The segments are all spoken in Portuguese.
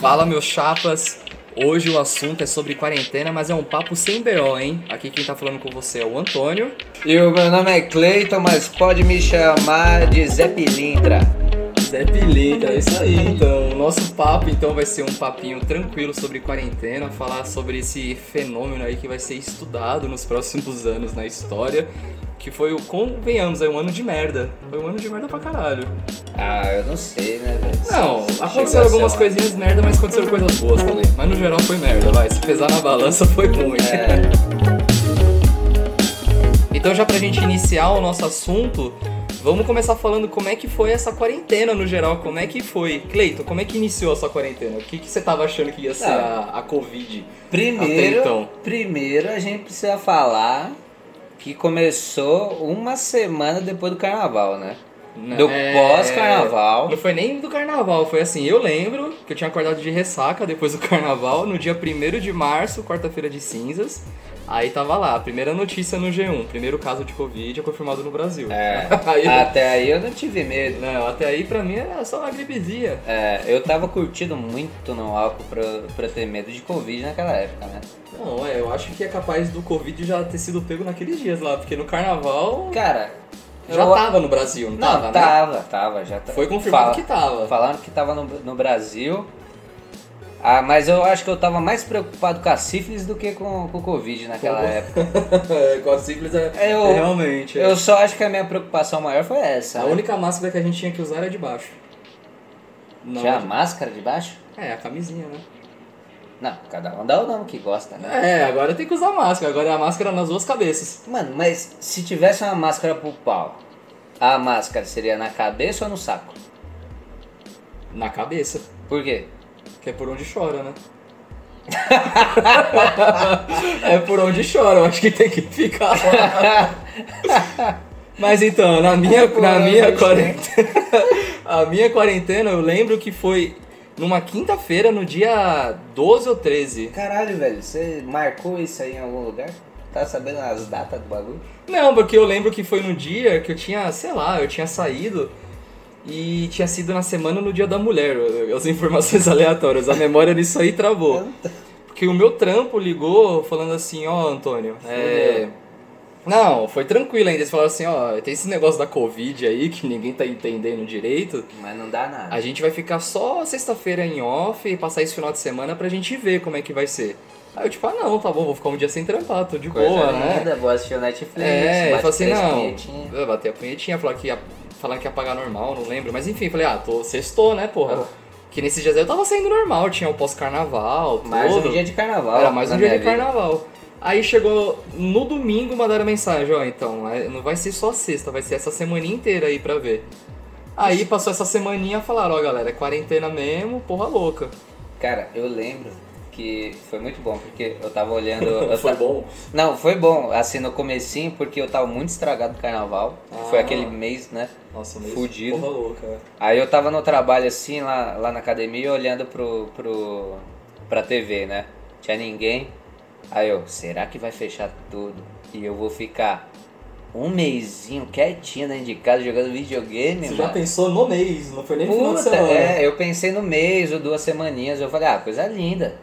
Fala, meus chapas. Hoje o assunto é sobre quarentena, mas é um papo sem BO, hein? Aqui quem tá falando com você é o Antônio. E o meu nome é Cleiton, mas pode me chamar de Zé Pilintra. Zé Pilintra, é isso aí. Então, o nosso papo então vai ser um papinho tranquilo sobre quarentena, falar sobre esse fenômeno aí que vai ser estudado nos próximos anos na história, que foi o, convenhamos, aí um ano de merda. Foi um ano de merda pra caralho. Ah, eu não sei, né, velho? Não, Chegou aconteceram a ser algumas uma- coisinhas merda, mas aconteceram coisas boas também. Mas no geral foi merda, vai. Se pesar na balança foi ruim. É, Então já pra gente iniciar o nosso assunto, vamos começar falando como é que foi essa quarentena no geral, como é que foi. Cleiton, como é que iniciou a sua quarentena? O que, que você tava achando que ia ser Ah. a, a Covid? primeiro, Até então. primeiro a gente precisa falar que começou uma semana depois do carnaval, né? Do É, pós-carnaval. Não foi nem do carnaval, foi assim, eu lembro que eu tinha acordado de ressaca depois do carnaval, no dia 1 de março, quarta-feira de cinzas. Aí tava lá, a primeira notícia no G1, primeiro caso de Covid é confirmado no Brasil. É. Aí, Até aí eu não tive medo. Não, até aí pra mim era só uma gripezinha. É, eu tava curtindo muito no álcool pra, pra ter medo de Covid naquela época, né? Não, é, eu acho que é capaz do Covid já ter sido pego naqueles dias lá, porque no carnaval Cara, já eu- tava no Brasil, não, Não, tava, tava, né? tava, já tava. Foi confirmado Fala- que tava. Falaram que tava no, no Brasil. Ah, mas eu acho que eu tava mais preocupado com a sífilis do que com, com o Covid naquela Com- época. É, Com a simples é, É, eu- é realmente. é. Eu só acho que a minha preocupação maior foi essa. A né? única máscara que a gente tinha que usar era de baixo. Não, Tinha a máscara de baixo? É, a camisinha, né? Não, cada um dá o nome que gosta, né? É, agora tem que usar máscara, agora é a máscara nas duas cabeças. Mano, mas se tivesse uma máscara pro pau, a máscara seria na cabeça ou no saco? Na cabeça. Por quê? Que é por onde chora, né? é por onde chora, eu acho que tem que ficar lá. Mas então, na minha, É Por na onde minha chora. quarentena. A minha quarentena, eu lembro que foi numa quinta-feira, no dia 12 ou 13. Caralho, velho, você marcou isso aí em algum lugar? Tá sabendo as datas do bagulho? Não, porque eu lembro que foi no dia que eu tinha, sei lá, eu tinha saído e tinha sido na semana no dia da mulher. eu- As informações aleatórias, a memória nisso aí travou. Porque o meu trampo ligou falando assim, ó, Antônio, é... Fudeu. Não, foi tranquilo ainda. Eles falaram assim, ó, tem esse negócio da Covid aí que ninguém tá entendendo direito. Mas não dá nada. A gente vai ficar só sexta-feira em off e passar esse final de semana pra gente ver como é que vai ser. Aí eu tipo, ah não, tá bom, vou ficar um dia sem trampar, tô de Coisa boa, né? linda, vou assistir o Netflix. É, eu bate falei assim, três não. punhetinhas. Eu bati a punhetinha, falar que ia, falando que ia pagar normal, não lembro. Mas enfim, falei, ah, tô sextou, né, Uhum. porra? Que nesses dias aí eu tava saindo normal, tinha o pós-carnaval, tudo. Mais um dia de carnaval. Era mais na um dia de minha vida. carnaval. Aí chegou no domingo, mandaram mensagem, ó, então, é, não vai ser só sexta, vai ser essa semaninha inteira aí pra ver. Aí passou essa semaninha, falaram, ó, galera, é quarentena mesmo, porra louca. Cara, eu lembro que foi muito bom, porque eu tava olhando. eu ta- bom? Não, foi bom, assim, no comecinho, porque eu tava muito estragado do carnaval. Ah. Foi aquele mês, né? Nossa, mesmo. Fudido. Porra louca, né? Aí eu tava no trabalho, assim, lá, lá na academia, olhando pro, pro, pra TV, né? Tinha ninguém. Aí eu, será que vai fechar tudo? E eu vou ficar um mêsinho quietinho dentro de casa jogando videogame, Você mano? já pensou no mês, não foi nem no final de Puta, semana. é, eu pensei no mês ou duas semaninhas, eu falei, ah, coisa linda.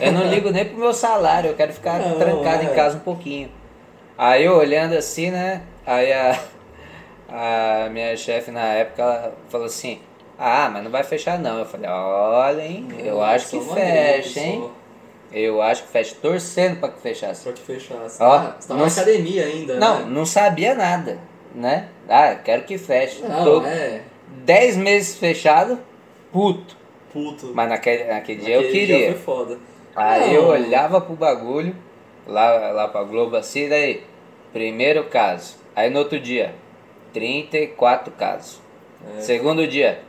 Eu não ligo nem pro meu salário, eu quero ficar Não, trancado é. em casa um pouquinho. Aí eu olhando assim, né? Aí a, a minha chefe na época ela falou assim, ah, mas não vai fechar não. Eu falei, olha, hein, eu Nossa, acho que uma fecha, grande hein? pessoa. Eu acho que fecha, torcendo pra que fechasse. Só que fechasse. Ó, ah, você tava nossa. na academia ainda, Não, né? não sabia nada, né? Ah, quero que feche. Não, Tô é. 10 meses fechado, puto. Puto. Mas naquele, naquele dia eu Aquele queria. Dia foi foda. Aí Não. eu olhava pro bagulho, lá, lá pra Globo assim, daí, primeiro caso. Aí no outro dia, 34 casos. É. Segundo dia,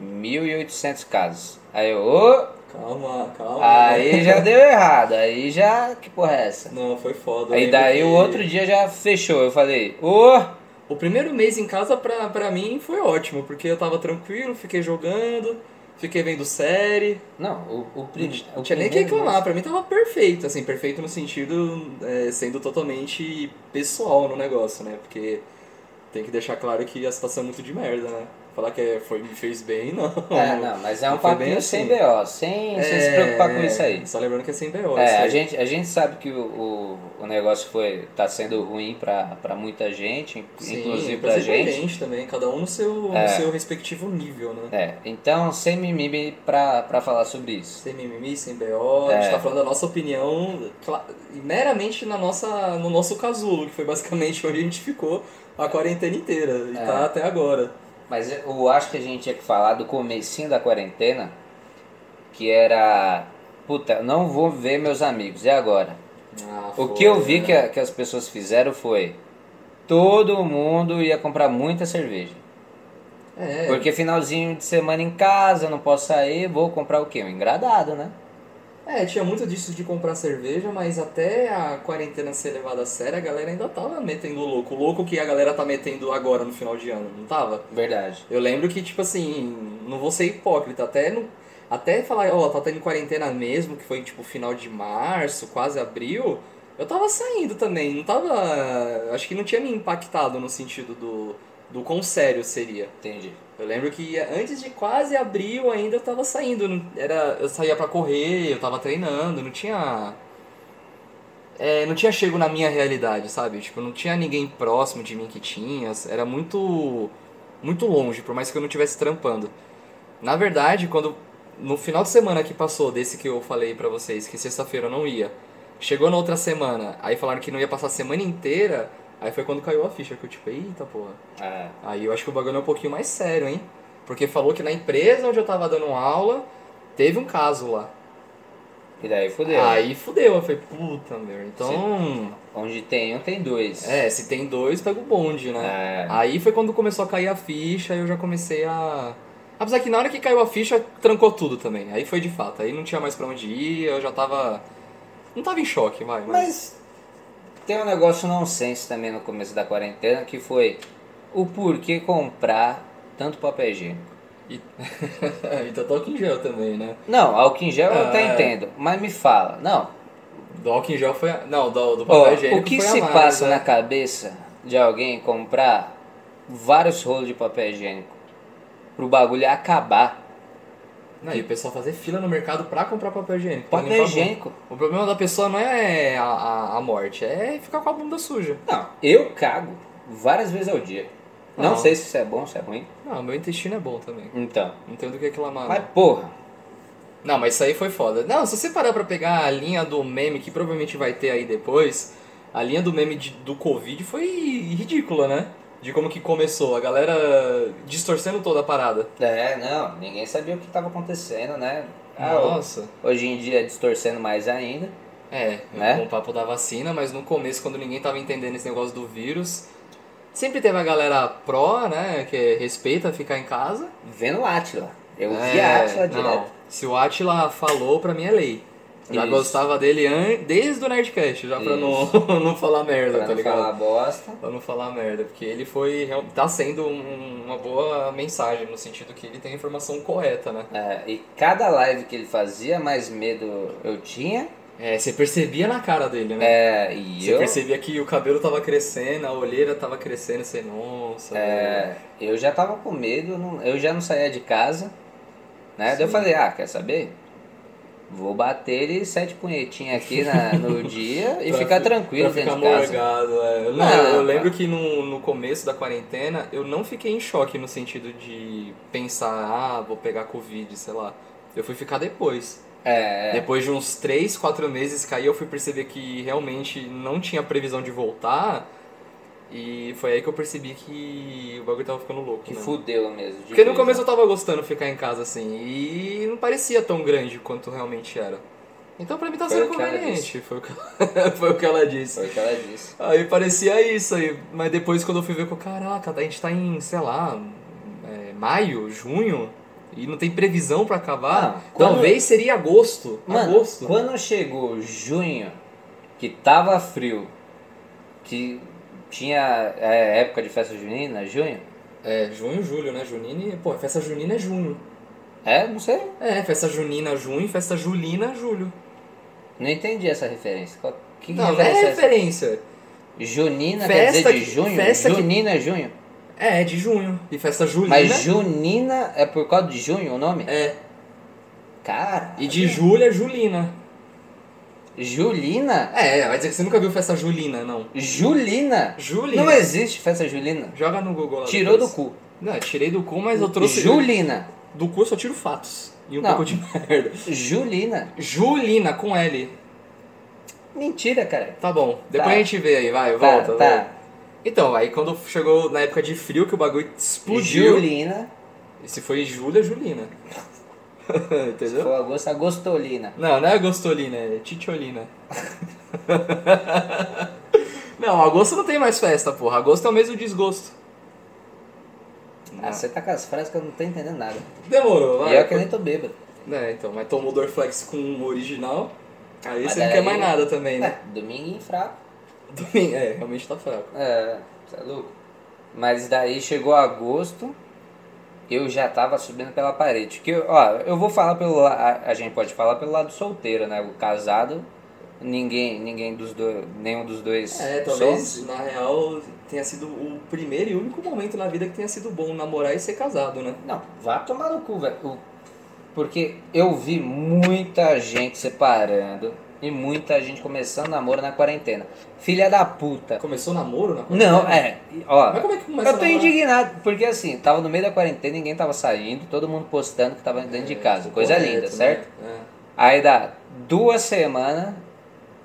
1.800 casos. Aí eu, ô, Calma, calma. aí já deu errado, aí já, que porra é essa? Não, foi foda. Eu Aí lembro daí o que outro dia já fechou, eu falei, ô, O primeiro mês em casa pra, pra mim foi ótimo, porque eu tava tranquilo, fiquei jogando, fiquei vendo série. não, o, o, prim, Não o tinha nem o que primeiro reclamar, pra mim tava perfeito, assim, perfeito no sentido é, sendo totalmente pessoal no negócio, né? Porque tem que deixar claro que a situação é muito de merda, né? Falar que é, foi, me fez bem, não. É, não, mas é um Foi bem papinho sem assim. BO, sem, sem se preocupar com isso aí. Só lembrando que é sem BO. É, isso a aí. gente, a gente sabe que o, o, o negócio foi, tá sendo ruim pra, pra muita gente, in- Sim, inclusive pra inclusive gente. também, cada um no seu, É. no seu respectivo nível, né? É, então, sem mimimi pra, pra falar sobre isso. Sem mimimi, sem BO, a É. gente tá falando da nossa opinião cla- meramente na nossa, no nosso casulo, que foi basicamente onde a gente ficou a quarentena inteira e É. tá até agora. Mas eu acho que a gente tinha que falar do comecinho da quarentena, que era... Puta, eu não vou ver meus amigos, e agora? Ah, O que eu vi que, é a- que as pessoas fizeram foi... Todo mundo ia comprar muita cerveja. É, Porque finalzinho de semana em casa, não posso sair, vou comprar o quê? Um engradado, né? é, tinha muito disso de comprar cerveja, mas até a quarentena ser levada a sério, a galera ainda tava metendo o louco. O louco que a galera tá metendo agora no final de ano, não tava? Verdade. Eu lembro que, tipo assim, não vou ser hipócrita, até no, até falar, ó, tá tendo quarentena mesmo, que foi tipo final de março, quase abril, eu tava saindo também, não tava. Acho que não tinha me impactado no sentido do, do quão sério seria. Entendi. Eu lembro que antes de quase abril ainda eu tava saindo, não- era, eu saía pra correr, eu tava treinando, não tinha. É, não tinha chego na minha realidade, sabe? Tipo, não tinha ninguém próximo de mim que tinha, era muito muito longe, por mais que eu não estivesse trampando. Na verdade, quando no final de semana que passou, desse que eu falei pra vocês, que sexta-feira eu não ia, chegou na outra semana, aí falaram que não ia passar a semana inteira, aí foi quando caiu a ficha, que eu tipo, eita porra. É. Aí eu acho que o bagulho é um pouquinho mais sério, hein? Porque falou que na empresa onde eu tava dando aula, teve um caso lá. E daí fudeu. Aí fudeu, eu falei, puta, meu. Então, Onde tem um, tem dois. é, se tem dois, pega o bonde, né? É. Aí foi quando começou a cair a ficha, aí eu já comecei a... Apesar que na hora que caiu a ficha, trancou tudo também. Aí foi de fato, aí não tinha mais pra onde ir, eu já tava... Não tava em choque, vai, mas... Mas tem um negócio nonsense também no começo da quarentena que foi o porquê comprar tanto papel higiênico. E... então toque em gel também, né? Não, álcool em gel eu até É. entendo, mas me fala, não. Do álcool em gel foi a... Não, do, do Ó, papel higiênico o que foi a se mais, passa né? na cabeça de alguém comprar vários rolos de papel higiênico pro bagulho acabar? Não, e o pessoal fazer fila no mercado pra comprar papel higiênico. pra limpar Papel a bunda. higiênico? O problema da pessoa não é a, a, a morte, é ficar com a bunda suja. Não, eu cago várias vezes ao dia. Não, Não. sei se isso é bom, se é ruim. Não, meu intestino é bom também. Então. Não tenho do que reclamar. não. Mas porra, Não, mas isso aí foi foda. Não, se você parar pra pegar a linha do meme, que provavelmente vai ter aí depois, a linha do meme de- do Covid foi ridícula, né? De como que começou, a galera distorcendo toda a parada. É, não, ninguém sabia o que estava acontecendo, né? Ah, Nossa. Hoje em dia distorcendo mais ainda. É, Né? com o papo da vacina, mas no começo, quando ninguém tava entendendo esse negócio do vírus, sempre teve a galera pró, né, que respeita ficar em casa. Vendo o Atila. Eu É, vi a Atila não, direto. se o Atila falou, pra mim é lei. Já Isso. gostava dele an- desde o Nerdcast, já pra não, não falar merda, Pra tá não ligado? falar bosta. Pra não falar merda, porque ele foi, real- tá sendo um- uma boa mensagem, no sentido que ele tem a informação correta, né? É, e cada live que ele fazia, mais medo eu tinha. É, você percebia na cara dele, né? É, e Você eu, percebia que o cabelo tava crescendo, a olheira tava crescendo, você, nossa. velho. é, eu já tava com medo, não- eu já não saía de casa. Né? Daí eu Sim. falei, ah, quer saber? Vou bater ele sete punhetinhas aqui na- no dia e Pra ficar fi- tranquilo pra ficar dentro de casa. morgado, é. Eu- Não, Ah, eu tá. lembro que no, no começo da quarentena eu não fiquei em choque no sentido de pensar, ah, vou pegar Covid, sei lá. Eu fui ficar depois. É, Depois de uns 3, 4 meses que aí eu fui perceber que realmente não tinha previsão de voltar. E foi aí que eu percebi que o bagulho tava ficando louco. que né? fudeu mesmo. de Porque no vez, começo né? eu tava gostando de ficar em casa assim, e não parecia tão grande quanto realmente era. Então pra mim tá Foi sendo o que ela conveniente, foi o, que... foi o que ela disse. Foi o que ela disse. Aí parecia isso aí, mas depois quando eu fui ver, eu, caraca, a gente tá em, sei lá, é, maio, junho, e não tem previsão pra acabar. Não, Ah, quando- Talvez seria agosto. Mano, agosto. quando chegou junho, que tava frio, que tinha é, época de festa junina, junho? É, junho, julho, né? Junine, pô, festa junina é junho. É, não sei. É, festa junina, junho, festa julina, julho. Não entendi essa referência. Qual, que Não, não é referência é essa? referência. Junina Festa quer dizer de que- junho? festa que- Junina é junho? É, é de junho. E festa é junina. Mas Junina é por causa de junho o nome? É. Cara. E de julho é Julina. Julina? É, vai dizer que você nunca viu festa Julina, não. Julina? Julina. Não existe festa Julina. Joga no Google lá. Tirou do depois. cu. Não, eu tirei do cu, mas eu trouxe. Julina. Do cu eu só tiro fatos. E um Não. pouco de merda. Julina. Julina com L. Mentira, cara. Tá bom. Depois Tá. a gente vê aí, vai, Tá, volta. vai. tá. Então, aí quando chegou na época de frio que o bagulho explodiu. Julina. Se foi Júlia, Julina. Entendeu? Foi agosto, agostolina. Não, não é Agostolina, é Titiolina. não, agosto não tem mais festa, porra. Agosto é o mês do desgosto. Ah, você tá com as frases que eu não tô entendendo nada. Ah, Demorou, E vai. eu que nem tô bêbado. É, então, mas tomou Dorflex com o original. Aí Mas você não quer daí- mais nada também, né? É, domingo fraco. Domingo, é, realmente tá fraco. É, você é louco. Mas daí chegou agosto, eu já tava subindo pela parede. Que, eu- ó, eu vou falar pelo la- a, a gente pode falar pelo lado solteiro, né? O casado, ninguém, ninguém dos dois, nenhum dos dois. É, talvez na real tenha sido o primeiro e único momento na vida que tenha sido bom namorar e ser casado, né? Não, vá tomar no cu, velho. O- Porque eu vi muita gente separando e muita gente começando namoro na quarentena. Filha da puta. Começou namoro na quarentena? Não, é, ó. Mas como é que começa Eu tô a namorar? indignado, porque assim, tava no meio da quarentena, ninguém tava saindo, todo mundo postando que tava dentro de casa. Coisa Correto, linda, né? certo? É. Aí dá duas semanas,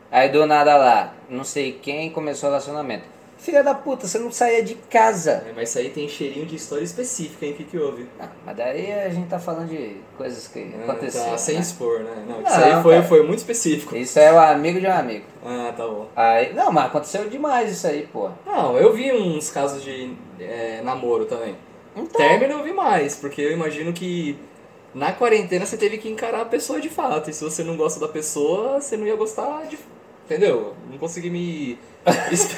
aí do nada lá, não sei quem começou o relacionamento. Filha da puta, você não saía de casa. É, mas isso aí tem cheirinho de história específica, hein? O que, que houve? Não, mas daí a gente tá falando de coisas que Ah, aconteceram. tá, sem né? Ah, tá. expor, né? Não, Não, isso aí foi, cara. foi muito específico. Isso é o amigo de um amigo. Ah, tá bom. Aí, não, mas aconteceu demais isso aí, pô. Não, eu vi uns casos de é, namoro também. Então, Término eu vi mais, porque eu imagino que na quarentena você teve que encarar a pessoa de fato. E se você não gosta da pessoa, você não ia gostar de. Entendeu? Não consegui me. exp-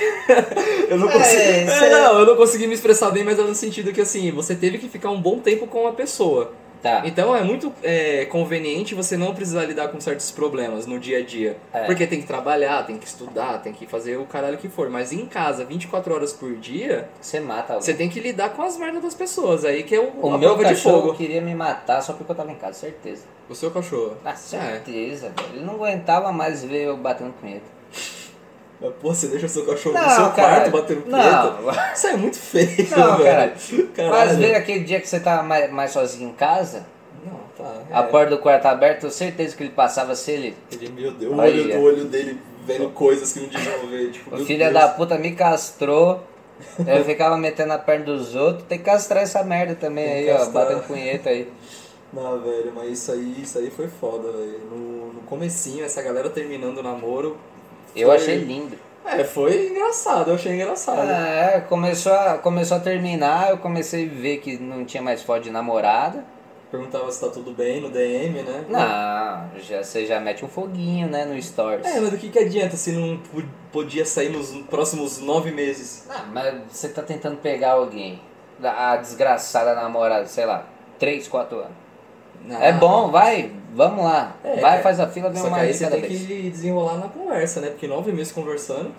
eu não É, consegui. isso é- não, eu não consegui me expressar bem, mas é no sentido que assim, você teve que ficar um bom tempo com a pessoa. tá. Então é muito é, conveniente você não precisar lidar com certos problemas no dia a dia. É. Porque tem que trabalhar, tem que estudar, tem que fazer o caralho que for. Mas em casa, 24 horas por dia, Você mata alguém. você tem que lidar com as merdas das pessoas. Aí que é Tá o, O a meu prova de cachorro fogo. queria me matar só porque eu tava em casa, certeza. O seu cachorro. Ah, é. certeza, velho. Ele não aguentava mais ver eu batendo punheta. Mas, Pô, você deixa o seu cachorro Não, no seu cara. quarto batendo Não. punheta? Isso é muito feio, Não, velho. Caralho. Mas veio aquele dia que você tava mais, mais sozinho em casa, Não, tá. a é. porta do quarto aberta, eu certeza que ele passava se ele. Ele, meu Deus, o Aí, olho é. do olho dele vendo coisas que não deviam ver. Tipo, O meu filho Deus. da puta me castrou. Eu ficava metendo a perna dos outros. Tem que castrar essa merda também Tem aí, que ó. castrar. Batendo punheta aí. Não, velho, mas isso aí, isso aí foi foda, velho. No, no comecinho, essa galera terminando o namoro. Eu foi- achei lindo. É, foi engraçado, eu achei engraçado. Ah, é, começou a, começou a terminar, eu comecei a ver que não tinha mais foto de namorada. Perguntava se tá tudo bem no DM, né? Não, já, você já mete um foguinho, né, no Stories. É, mas do que, que adianta se não pu- podia sair nos próximos nove meses? Ah, mas você tá tentando pegar alguém. A desgraçada namorada, sei lá, 3, 4 anos. Não. É bom, vai, vamos lá. Ah. É, vai, cara. faz a fila, vem Só que uma aí vez você cada tem vez. que desenrolar na conversa, né? Porque nove meses conversando,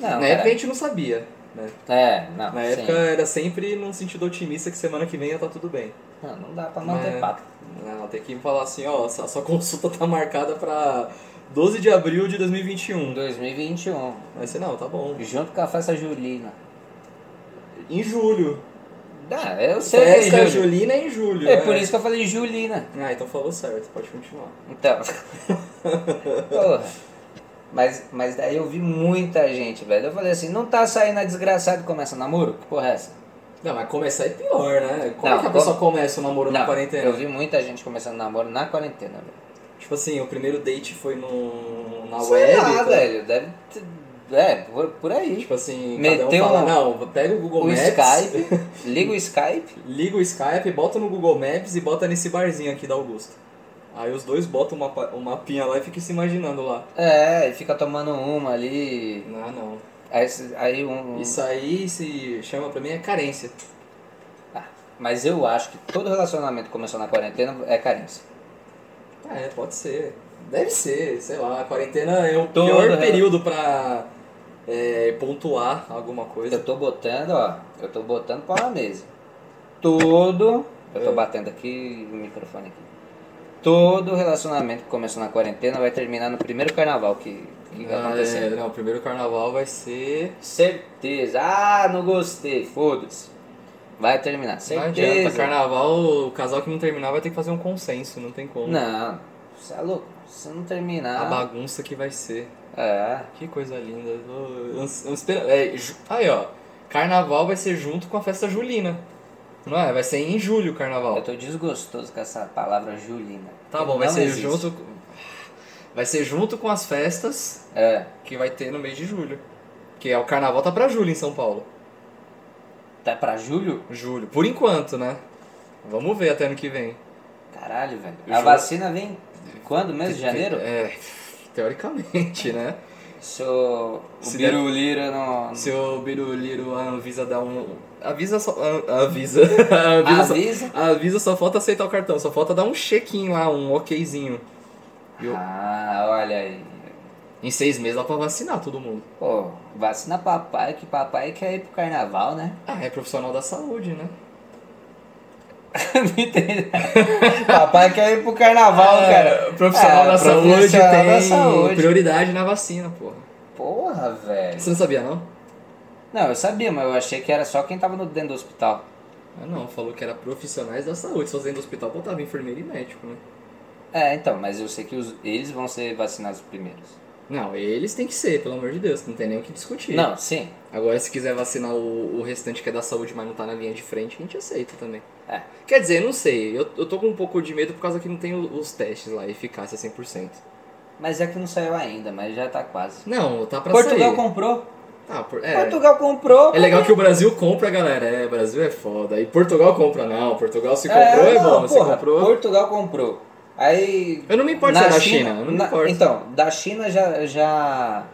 Não, na época a cara. gente não sabia, né? É, não, Na sim. época era sempre num sentido otimista que semana que vem ia tá tudo bem. Não, não dá pra manter Mas- papo. Não, tem que falar assim, ó, a sua consulta tá marcada pra 12 de abril de 2021. 2021, Aí você, um. não, tá bom. junto com a festa Julina. Em julho. Ah, eu sei que Festa é Julina. Julina é em julho. É por isso que eu falei Julina. Ah, então falou certo, pode continuar. Então. Porra. Mas, mas daí eu vi muita gente, velho. Eu falei assim, não tá saindo a desgraçada e começa namoro? Que porra é essa? Não, mas começar é pior, né? Como Não, é que a como- pessoa começa o namoro na Não, quarentena? Eu vi muita gente começando namoro na quarentena, velho. Tipo assim, o primeiro date foi no, na Sei web. lá, tá? velho. Deve. ter- É, por, por aí. Tipo assim, Meteu cada um fala, um- não, pega o Google O Maps, Skype. Liga o Skype. liga o Skype, bota no Google Maps e bota nesse barzinho aqui da Augusta. Aí os dois botam uma, pa- um mapinha lá e fica se imaginando lá. É, e fica tomando uma ali. Não, Ah, não. Aí, se- aí um. Isso aí se chama pra mim é carência. Ah, mas eu acho que todo relacionamento que começou na quarentena é carência. Ah, é, pode ser. Deve ser, sei lá. A quarentena é o Todo pior rela- período pra é, pontuar alguma coisa. Eu tô botando, ó, eu tô botando para a mesa. Tudo, eu tô É. batendo aqui o microfone aqui. Todo relacionamento que começou na quarentena vai terminar no primeiro carnaval que, que vai Ah, acontecer. é, não, o primeiro carnaval vai ser. Certeza. Ah, não gostei, foda-se. Vai terminar, Não adianta, certeza. carnaval, o casal que não terminar vai ter que fazer um consenso, não tem como. Não, você é louco, se não A terminar... bagunça que vai ser. É, Que coisa linda. eu tô- ans- ans- espera- é, ju- aí, ó. Carnaval vai ser junto com a festa julina. Não é? Vai ser em julho o carnaval. eu tô desgostoso com essa palavra julina. Tá bom, vai Não ser existe. junto. com- Vai ser junto com as festas É, que vai ter no mês de julho. Que é o carnaval tá pra julho em São Paulo. tá pra julho? Julho. Por enquanto, né? Vamos ver até ano que vem. Caralho, velho. A Julho. vacina vem quando mesmo? Janeiro? É, teoricamente, né? Se o, o Se Birulira não. Se o Biruliro, a Anvisa dá um. Avisa só. a- Avisa. A Anvisa só- avisa. A Visa só falta aceitar o cartão, só falta dar um chequinho lá, um okzinho. Eu- Ah, olha aí. Em seis meses dá pra vacinar todo mundo. Pô, vacina papai, que papai quer ir pro carnaval, né? Ah, é profissional da saúde, né? Me entende? papai quer ir pro carnaval, cara. Ah, Profissional Ah, da saúde É, profissional tem da saúde. prioridade na vacina, porra. Porra, velho. Você não sabia, não? Não, eu sabia, mas eu achei que era só quem tava no- dentro do hospital. Ah, não, falou que era profissionais da saúde. Se fosse dentro do hospital, botava enfermeiro e médico, né? É, então, mas eu sei que os- eles vão ser vacinados primeiros. Não, eles têm que ser, pelo amor de Deus, não tem nem o que discutir. Não, sim. Agora, se quiser vacinar o, o restante que é da saúde, mas não tá na linha de frente, a gente aceita também. É. Quer dizer, não sei, eu, eu tô com um pouco de medo por causa que não tem o- os testes lá, eficácia 100%. Mas é que não saiu ainda, mas já tá quase. Não, tá pra Portugal sair. comprou. Tá, por- é. Portugal comprou. É legal que o Brasil compra, galera. É, Brasil é foda. E Portugal compra, não. Portugal se É, comprou é, não, bom. se porra, comprou. Portugal comprou. Aí. Eu não me importo se é da China, eu não me na- importo. Então, da China já, já.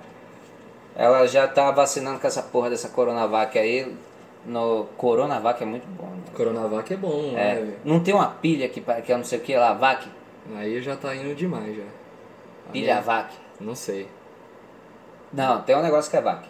Ela já tá vacinando com essa porra dessa Coronavac aí. No Coronavac é muito bom. né? Coronavac é bom, É, né? velho? não tem uma pilha que, pa- que é não sei o que lá, vac? Aí já tá indo demais já. Pilha Agora, vac. Não sei. Não, tem um negócio que é vac.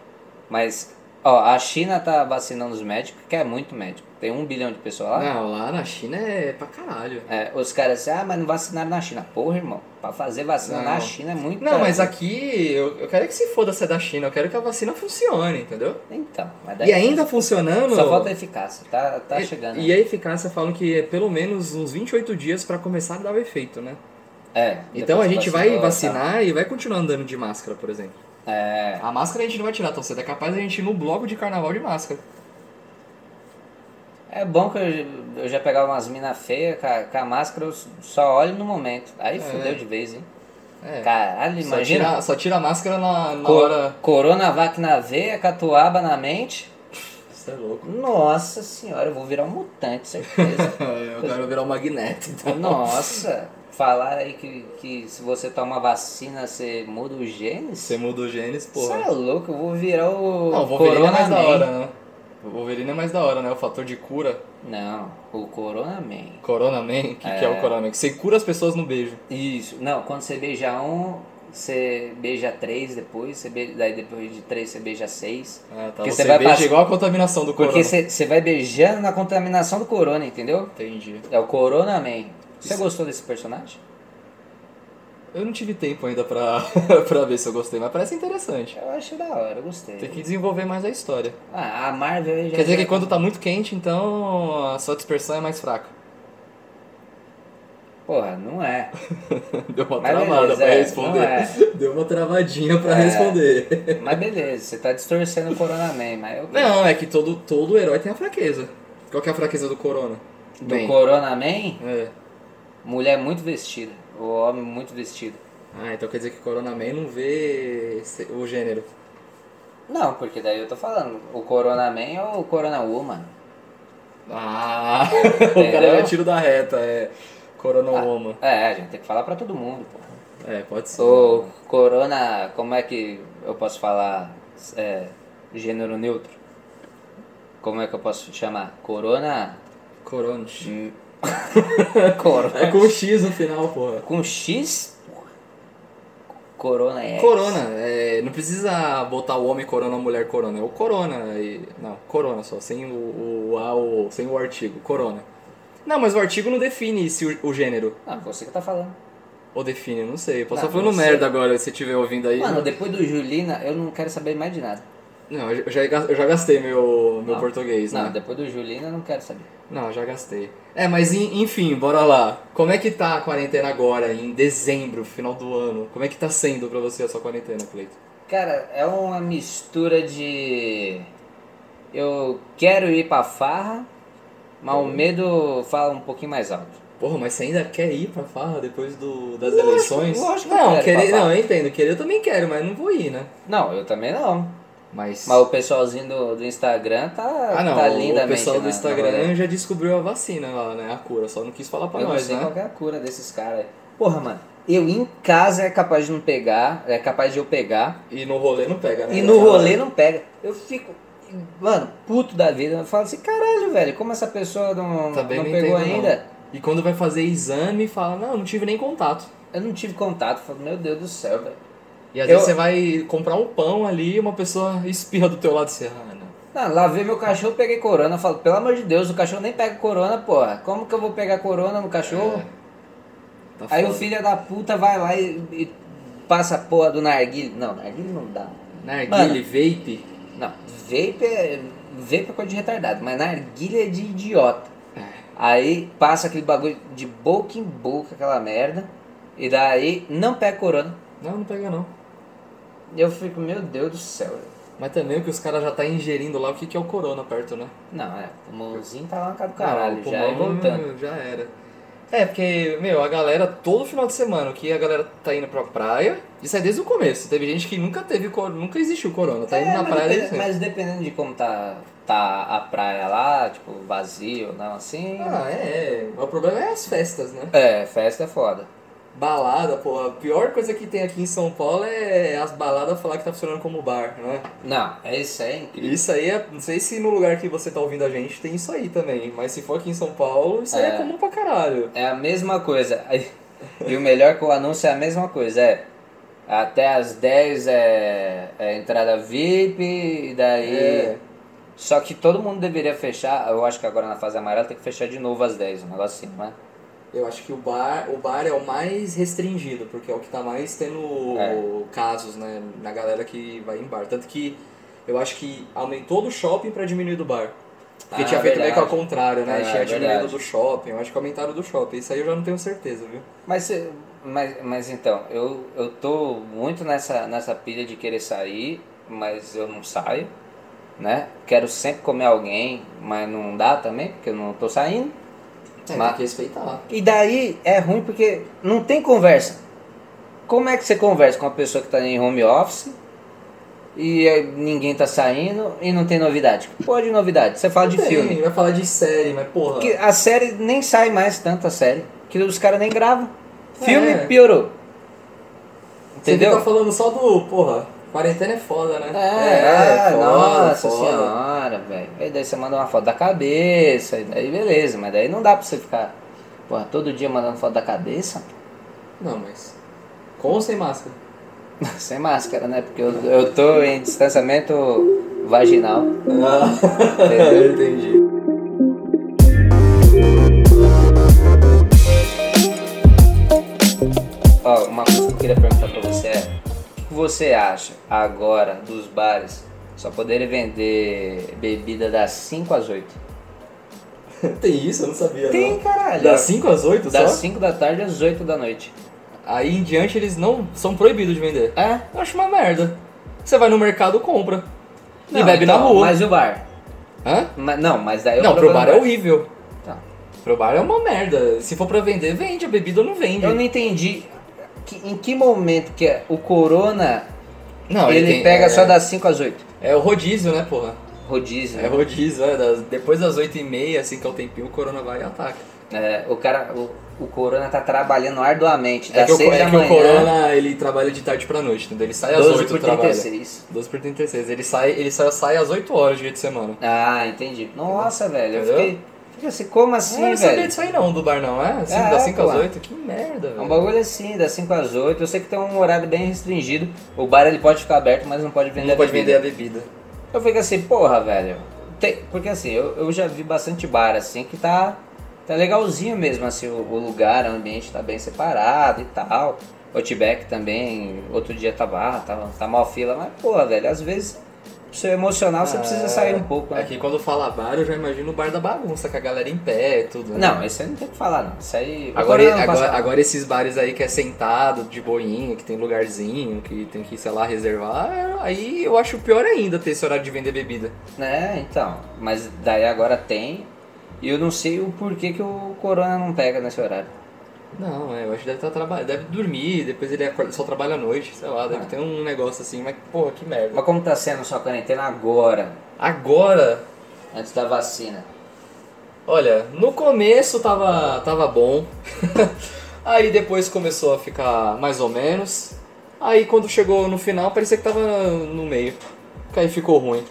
Mas, ó, a China tá vacinando os médicos, que é muito médico. Tem um bilhão de pessoas lá. Não, lá na China é pra caralho. É, os caras assim, ah, mas não vacinaram na China. Porra, irmão, pra fazer vacina na Não. China é muito Não, mas caro. aqui eu, eu quero que se foda se é da China, eu quero que a vacina funcione, entendeu? Então, mas daí E ainda funcionando. Só falta eficácia, tá, tá e- chegando. E a eficácia falam que é pelo menos uns 28 dias pra começar a dar o efeito, né? É, Então a depois gente que vai vacinou, vacinar e vai continuar andando de máscara, por exemplo. tá. É, A máscara a gente não vai tirar tão cedo, é capaz a gente ir no bloco de carnaval de máscara. é bom que eu, eu já pegava umas minas feias com, a- com a máscara, eu só olho no momento. Aí fudeu de vez, hein? É. Caralho, Só imagina. tira, só tira a máscara na, na Cor- hora. Coronavac na veia, catuaba na mente. Você é louco. Nossa senhora, eu vou virar um mutante, certeza. Eu quero virar o magneto, então. Nossa, falar aí que, que se você toma vacina, você muda o gene? Você mudou o genes, Você porra. é louco, eu vou virar o. Não, o Wolverine é Corona mais da Man. hora, né? O Wolverine é mais da hora, né? O fator de cura. Não, o Corona Man. Corona Man, que, que é o Corona Man? Que você cura as pessoas no beijo. Isso, não, quando você beija um, você beija três depois, você beija, daí depois de três você beija seis. Ah, tá. Porque você você vai beija pass- igual a contaminação do Porque Corona. você você vai beijando na contaminação do Corona, entendeu? Entendi. É o Corona Man. Você Isso. gostou desse personagem? Eu não tive tempo ainda pra, pra ver se eu gostei, mas parece interessante. Eu acho da hora, eu gostei. Tem que desenvolver mais a história. Ah, a Marvel aí já. Quer dizer já- que quando tá muito quente, então a sua dispersão é mais fraca. Porra, não é. Deu uma Mas travada beleza, pra é, responder. não é. Deu uma travadinha pra É. responder. Mas beleza, você tá distorcendo o Corona Man, mas eu. Não, é que todo, todo herói tem a fraqueza. Qual que é a fraqueza do Corona? Do Bem. Corona Man, É. mulher muito vestida. O homem muito vestido. Ah, então quer dizer que Corona Man não vê se- o gênero. Não, porque daí eu tô falando, o Corona Man ou o Corona Woman? Ah, o cara é tiro da reta, é Corona Woman. É, a gente tem que falar pra todo mundo, pô. É, pode ser. Sou corona, como é que eu posso falar é, gênero neutro? Como é que eu posso chamar? Corona? Corona. Hum. Corona. É com X no final, porra. Com X? Corona é. Corona, é, não precisa botar o homem corona, a mulher corona, é o corona. e- não, corona só, sem o, o, a, o- sem o artigo, corona. Não, mas o artigo não define se o, o gênero. Ah, você que tá falando. Ou define, eu não sei. Eu posso Ah, estar falando não sei. merda agora, se estiver ouvindo aí. Mano, depois do Julina, eu não quero saber mais de nada. Não, eu já, eu já gastei meu, meu Não. português, Não, né? depois do Julina, eu não quero saber. Não, já gastei. É, mas en- enfim, bora lá. Como é que tá a quarentena agora, em dezembro, final do ano? Como é que tá sendo pra você a sua quarentena, Cleiton? Cara, é uma mistura de. Eu quero ir pra farra, mas o medo fala um pouquinho mais alto. Porra, mas você ainda quer ir pra farra depois do, das eleições? lógico que eu não, quero querer, pra farra. não, eu entendo. Querer eu também quero, mas não vou ir, né? Não, eu também não. Mas. Mas o pessoalzinho do, do Instagram tá, ah, não, tá o- o lindamente. pessoal do na- na Instagram rolê. já descobriu a vacina lá, né? A cura, só não quis falar pra Eu não nós, sei né? qual que é a cura desses caras. Porra, mano, eu em casa é capaz de não pegar, é capaz de eu pegar. E no rolê não pega, né? E no rolê não pega. Eu fico, mano, puto da vida. Eu falo assim, caralho, velho, como essa pessoa não, Também não não pegou Tá entendo, ainda? não. E quando vai fazer exame, fala, não, não tive nem contato. Eu não tive contato. Falo, meu Deus do céu, velho. E às Eu- vezes você vai comprar um pão ali e uma pessoa espirra do teu lado e você, ah, não. Não, lavei meu cachorro, peguei corona. Falo, pelo amor de Deus, o cachorro nem pega corona, porra. Como que eu vou pegar corona no É. cachorro? Tá Aí o foda. filho da puta vai lá e, e passa a porra do narguile. Não, narguile não dá. Narguile, vape. Não, vape é, vape é coisa de retardado, mas narguilha é de idiota. Aí passa aquele bagulho de boca em boca, aquela merda. E daí não pega corona. Não, não pega não. Eu fico, meu Deus do céu. velho. Mas também o que os caras já tá ingerindo lá, o que, que é o corona perto, né? Ah, Não, é, o pulmãozinho tá lá na cara do caralho, o já e voltando. Já era. É, porque, meu, a galera, todo final de semana, que a galera tá indo pra praia, isso é desde o começo. Teve gente que nunca teve corona, nunca existiu corona, tá indo É, na mas praia desde depende- sempre. Mas dependendo de como tá, tá a praia lá, tipo, vazio ou não, assim. Ah, é, é. O problema é as festas, né? É, festa é foda. Balada, pô, a pior coisa que tem aqui em São Paulo é as baladas falar que tá funcionando como bar, né? Não, é isso aí, é incrível. Isso aí é. Não sei se no lugar que você tá ouvindo a gente tem isso aí também, mas se for aqui em São Paulo, isso aí é É. comum pra caralho. É a mesma coisa. Aí- E o melhor que o anúncio é a mesma coisa, é. Até as 10 é, é entrada VIP, e daí. É. Só que todo mundo deveria fechar, eu acho que agora na fase amarela tem que fechar de novo às 10, um negócio assim, né? Eu acho que o bar, o bar é o mais restringido, porque é o que tá mais tendo É. casos, né? Na galera que vai em bar. Tanto que eu acho que aumentou do shopping pra diminuir do bar. Porque Ah, tinha feito meio que ao verdade. contrário, né? Ah, tinha diminuído verdade. do shopping, eu acho que aumentaram do shopping. Isso aí eu já não tenho certeza, viu? Mas, cê- mas, mas então, eu, eu tô muito nessa, nessa pilha de querer sair, mas eu não saio, né? Quero sempre comer alguém, mas não dá também, porque eu não tô saindo. É, Mas- tem que respeitar. E daí é ruim porque não tem conversa. Como é que você conversa com uma pessoa que tá em home office e eh, ninguém tá saindo e não tem novidade? Pô, de novidade? Você fala de Tem, filme. Vai falar de série, mas porra. Que a série nem sai mais tanto a série. Que os caras nem gravam. É. Filme piorou. Você Entendeu? fica falando só do, porra, quarentena é foda, né? ah, nossa senhora, velho. Aí daí você manda uma foto da cabeça, e daí beleza, mas daí não dá pra você ficar, porra, todo dia mandando foto da cabeça Não, mas. Com ou sem máscara? sem máscara, né? Porque eu, eu tô em distanciamento vaginal. Ah, entendi. Ó, uma coisa que eu queria perguntar pra você é: o que você acha agora dos bares só poderem vender bebida das 5 às 8? Tem isso? Eu não sabia. não. caralho. Das 5 às 8 só? Das 5 da tarde às 8 da noite. Aí em diante eles não são proibidos de vender. É? Eu acho uma merda. Você vai no mercado, compra. e Não, bebe na então, rua. Mas e o bar? Hã? Ma- não, mas daí o não, pro problema bar é horrível. Tá. Pro bar é uma merda. Se for pra vender, vende. A bebida não vende. Eu não entendi que- em que momento que é o Corona Não, ele tem- pega é, só das 5 às 8. É o rodízio, né, porra? Rodízio. É né? rodízio, é. das- depois das 8h30, assim que é o tempinho, o corona vai e ataca. É, o cara, o, o Corona tá trabalhando arduamente. É Das que, o, 6 é da que o manhã, Corona, ele trabalha de tarde pra noite, entendeu? Ele sai às 12 8 por do trabalho. 36. 12 por 36. Ele sai, ele sai, sai às 8 horas de dia de semana. Ah, entendi. Nossa, velho, eu Entendeu? Ah, fiquei, Eu assim, como assim, eu não sabia velho? disso aí não, do bar não, é? Assim, É, das 5 às pô. 8? Que merda, É velho. um bagulho assim, das 5 às 8. Eu sei que tem um horário bem restringido. O bar ele pode ficar aberto, mas não pode vender Não pode bebida. vender a bebida. Eu fico assim, porra, velho. Tem- porque assim, eu, eu já vi bastante bar assim que tá, tá legalzinho mesmo, assim, o, o lugar, o ambiente tá bem separado e tal. Outback também, outro dia tava, tava, tá mal fila, mas porra, velho, às vezes pro seu emocional você precisa sair É, um pouco, né? Aqui quando fala bar, eu já imagino o bar da bagunça, com a galera em pé e tudo. né? Não, isso aí não tem o que falar, não. Isso aí. Agora, é- não agora, passa- agora esses bares aí que é sentado, de boinha, que tem lugarzinho, que tem que, sei lá, reservar, é- aí eu acho pior ainda ter esse horário de vender bebida. Né, então. Mas daí agora tem. E eu não sei o porquê que o Corona não pega nesse horário. Não, é, eu acho que deve estar trabalhando, deve dormir, depois ele acorda- só trabalha à noite, sei lá, deve Ah. ter um negócio assim, mas porra, que merda. Mas como tá sendo sua quarentena agora, Agora, antes da vacina? Olha, no começo tava, tava bom. Aí depois começou a ficar mais ou menos. Aí quando chegou no final, parecia que tava no meio. Aí ficou ruim.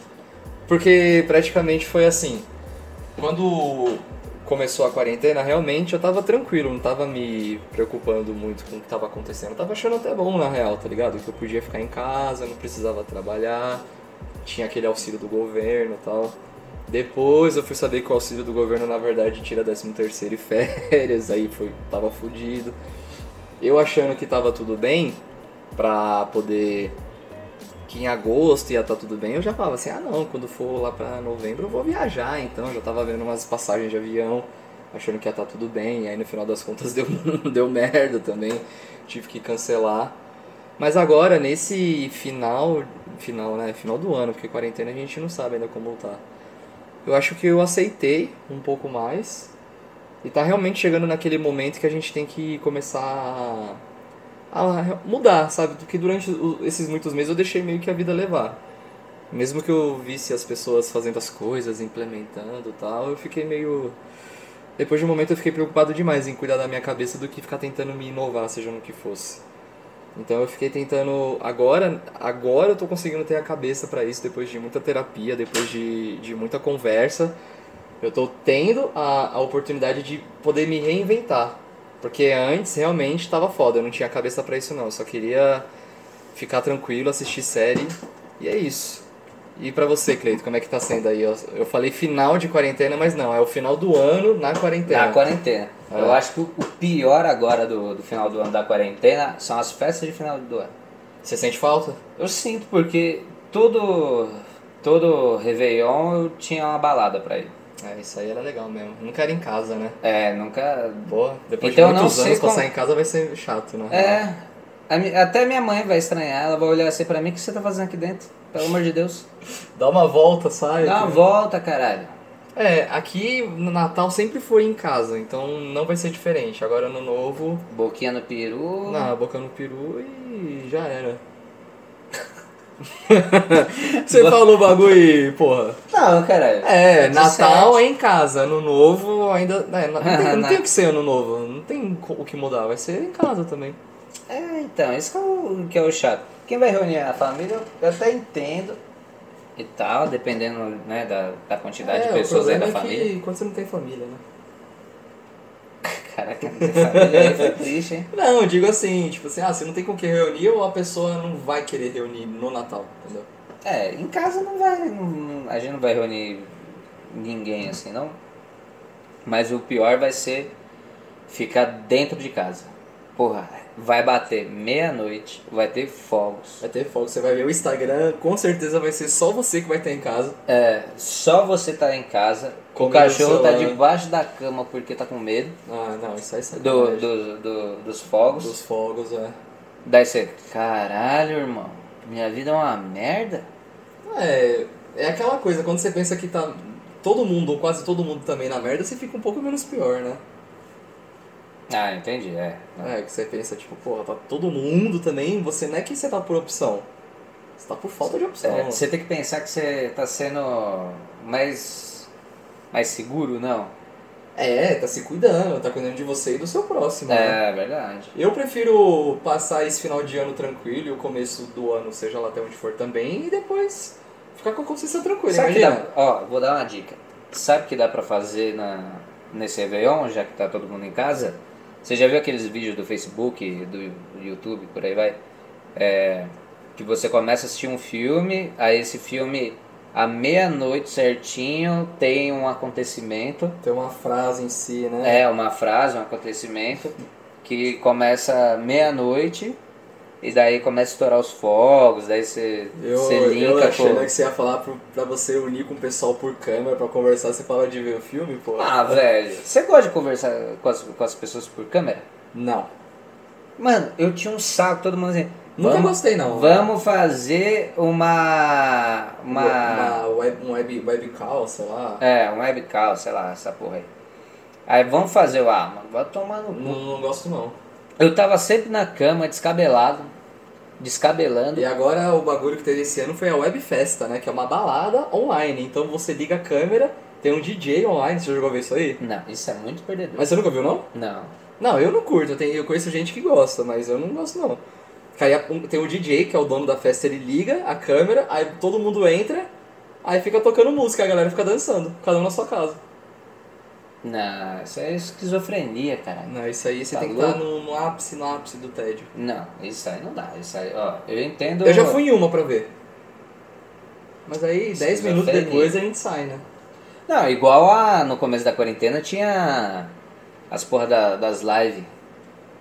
Porque praticamente foi assim. Quando começou a quarentena, realmente eu tava tranquilo, não tava me preocupando muito com o que tava acontecendo. Eu tava achando até bom na real, tá ligado? Que eu podia ficar em casa, não precisava trabalhar, tinha aquele auxílio do governo e tal. Depois eu fui saber que o auxílio do governo, na verdade, tira 13 terceiro e férias, aí foi, tava fudido. Eu achando que tava tudo bem, pra poder. que em agosto ia estar tudo bem, eu já falava assim: ah, não, quando for lá pra novembro eu vou viajar, então eu já tava vendo umas passagens de avião, achando que ia estar tudo bem, aí no final das contas deu, deu merda também, tive que cancelar. Mas agora, nesse final, final, né, final do ano, porque quarentena a gente não sabe ainda como tá. Eu acho que eu aceitei um pouco mais. E tá realmente chegando naquele momento que a gente tem que começar a, a re- mudar, sabe? Porque durante o- esses muitos meses eu deixei meio que a vida levar. Mesmo que eu visse as pessoas fazendo as coisas, implementando e tal, eu fiquei meio. Depois de um momento eu fiquei preocupado demais em cuidar da minha cabeça do que ficar tentando me inovar, seja no que fosse. Então eu fiquei tentando. Agora, agora eu tô conseguindo ter a cabeça pra isso, depois de muita terapia, depois de, de muita conversa. Eu tô tendo a, a oportunidade de poder me reinventar. Porque antes realmente tava foda, eu não tinha cabeça pra isso não. Eu só queria ficar tranquilo, assistir série. E é isso. E pra você, Cleito, como é que tá sendo aí? Eu, eu falei final de quarentena, mas não, é o final do ano na quarentena. Na quarentena. É. Eu acho que o pior agora do, do final do ano da quarentena são as festas de final do ano. Você sente falta? Eu sinto porque todo, todo Réveillon eu tinha uma balada pra ir. É, isso aí era legal mesmo. Nunca era em casa, né? É, nunca. Boa, depois Então, de não muitos sei anos como- passar em casa vai ser chato, né? É. a mi- até minha mãe vai estranhar, ela vai olhar assim pra mim: o que você tá fazendo aqui dentro? Pelo amor de Deus. Tipo, Dá uma volta, sai. tipo. Dá uma volta, caralho. É, aqui no Natal sempre foi em casa, então não vai ser diferente. Agora no novo, Boquinha no peru. na boca no peru e já era. Você falou o bagulho e, porra. Não, caralho. Tá É, Dezessete. Natal é em casa, ano novo ainda. né, não, tem, não Na- tem o que ser ano novo, não tem co- o que mudar, vai ser em casa também. É, então, isso que é, o, que é o chato. Quem vai reunir a família, eu até entendo e tal, dependendo né, da, da quantidade de o pessoas aí problema da é família. Que quando você não tem família, né? Caraca, não tem família aí foi triste, hein? Não, eu digo assim, tipo assim, ah, se não tem com quem reunir ou a pessoa não vai querer reunir no Natal, entendeu? É, em casa não vai, não- não- a gente não vai reunir ninguém assim, não. Mas o pior vai ser ficar dentro de casa. Porra, vai bater meia-noite, vai ter fogos. Vai ter fogo, você vai ver o Instagram, com certeza vai ser só você que vai estar em casa. É, só você tá em casa, o Comendo cachorro tá celular. debaixo da cama porque tá com medo. Ah, não, isso aí é do, do- do- dos fogos. Dos fogos, é. Daí você, caralho, irmão, minha vida é uma merda? É, é aquela coisa, quando você pensa que tá todo mundo, ou quase todo mundo também na merda, você fica um pouco menos pior, né? Ah, entendi, é. É, que você pensa, tipo, porra, tá todo mundo também, você não é que você tá por opção. Você tá por falta de opção. É, você tem que pensar que você tá sendo mais, mais seguro, não? É, tá se cuidando, tá cuidando de você e do seu próximo, né? É, verdade. Eu prefiro passar esse final de ano tranquilo e o começo do ano, seja lá até onde for também, e depois ficar com a consciência tranquila. Sabe que Imagina, dá- ó, vou dar uma dica. Sabe o que dá pra fazer na, nesse Réveillon, já que tá todo mundo em casa? Você já viu aqueles vídeos do Facebook, do YouTube, por aí vai? É, que você começa a assistir um filme, aí esse filme, à meia-noite certinho, tem um acontecimento. Tem uma frase em si, né? É uma frase, um acontecimento que começa meia-noite e daí começa a estourar os fogos, daí você, Eu, você eu linka achando com. que você ia falar pro, pra você unir com o pessoal por câmera pra conversar, você fala de ver o filme, pô. Ah, velho, você gosta de conversar com as, com as pessoas por câmera? Não. Mano, eu tinha um saco, todo mundo assim. Nunca vamos, gostei, não. Vamos fazer uma. Uma. Uma web, um web, webcam, sei lá. É, um webcall, sei lá, essa porra aí. Aí vamos fazer o. Ah, mano, vai tomar no cu. Não, não gosto, não. Eu tava sempre na cama, descabelado, descabelando. E agora o bagulho que teve esse ano foi a Web Festa, né? Que é uma balada online. Então você liga a câmera, tem um DJ online. Você já jogou isso aí? Não, isso é muito perdedor. Mas você nunca viu, não? Não. Não, eu não curto. Eu, tenho- eu conheço gente que gosta, mas eu não gosto, não. Que aí a- um- tem o DJ, que é o dono da festa, ele liga a câmera, aí todo mundo entra, aí fica tocando música, a galera fica dançando, cada um na sua casa. Não, isso é esquizofrenia, caralho. Não, isso aí você Tá tem que louco? estar no, no ápice, no ápice do tédio. Não, isso aí não dá. Isso aí, ó, eu entendo. Eu já fui em uma pra ver. Mas aí, Isso 10 já minutos foi depois, a gente sai, né? Não, igual a, no começo da quarentena tinha as porra da- das lives.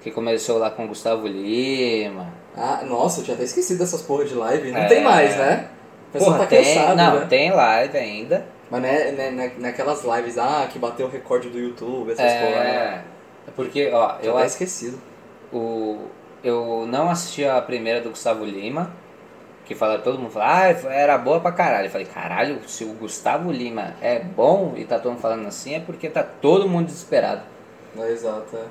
Que começou lá com o Gustavo Lima. Ah, nossa, eu tinha até esquecido dessas porra de live. Não É. tem mais, né? O pessoal Porra, tá tem. cansado, não, né? tem live ainda. Mas né, né, na- naquelas lives, ah, que bateu o recorde do YouTube, essas porra, né? É. Porque, ó, Eu eu até acho esquecido. o eu não assisti a primeira do Gustavo Lima, que fala todo mundo fala, ah, era boa pra caralho. Eu falei, caralho, se o Gustavo Lima é bom e tá todo mundo falando assim, é porque tá todo mundo desesperado. Não, exato, é.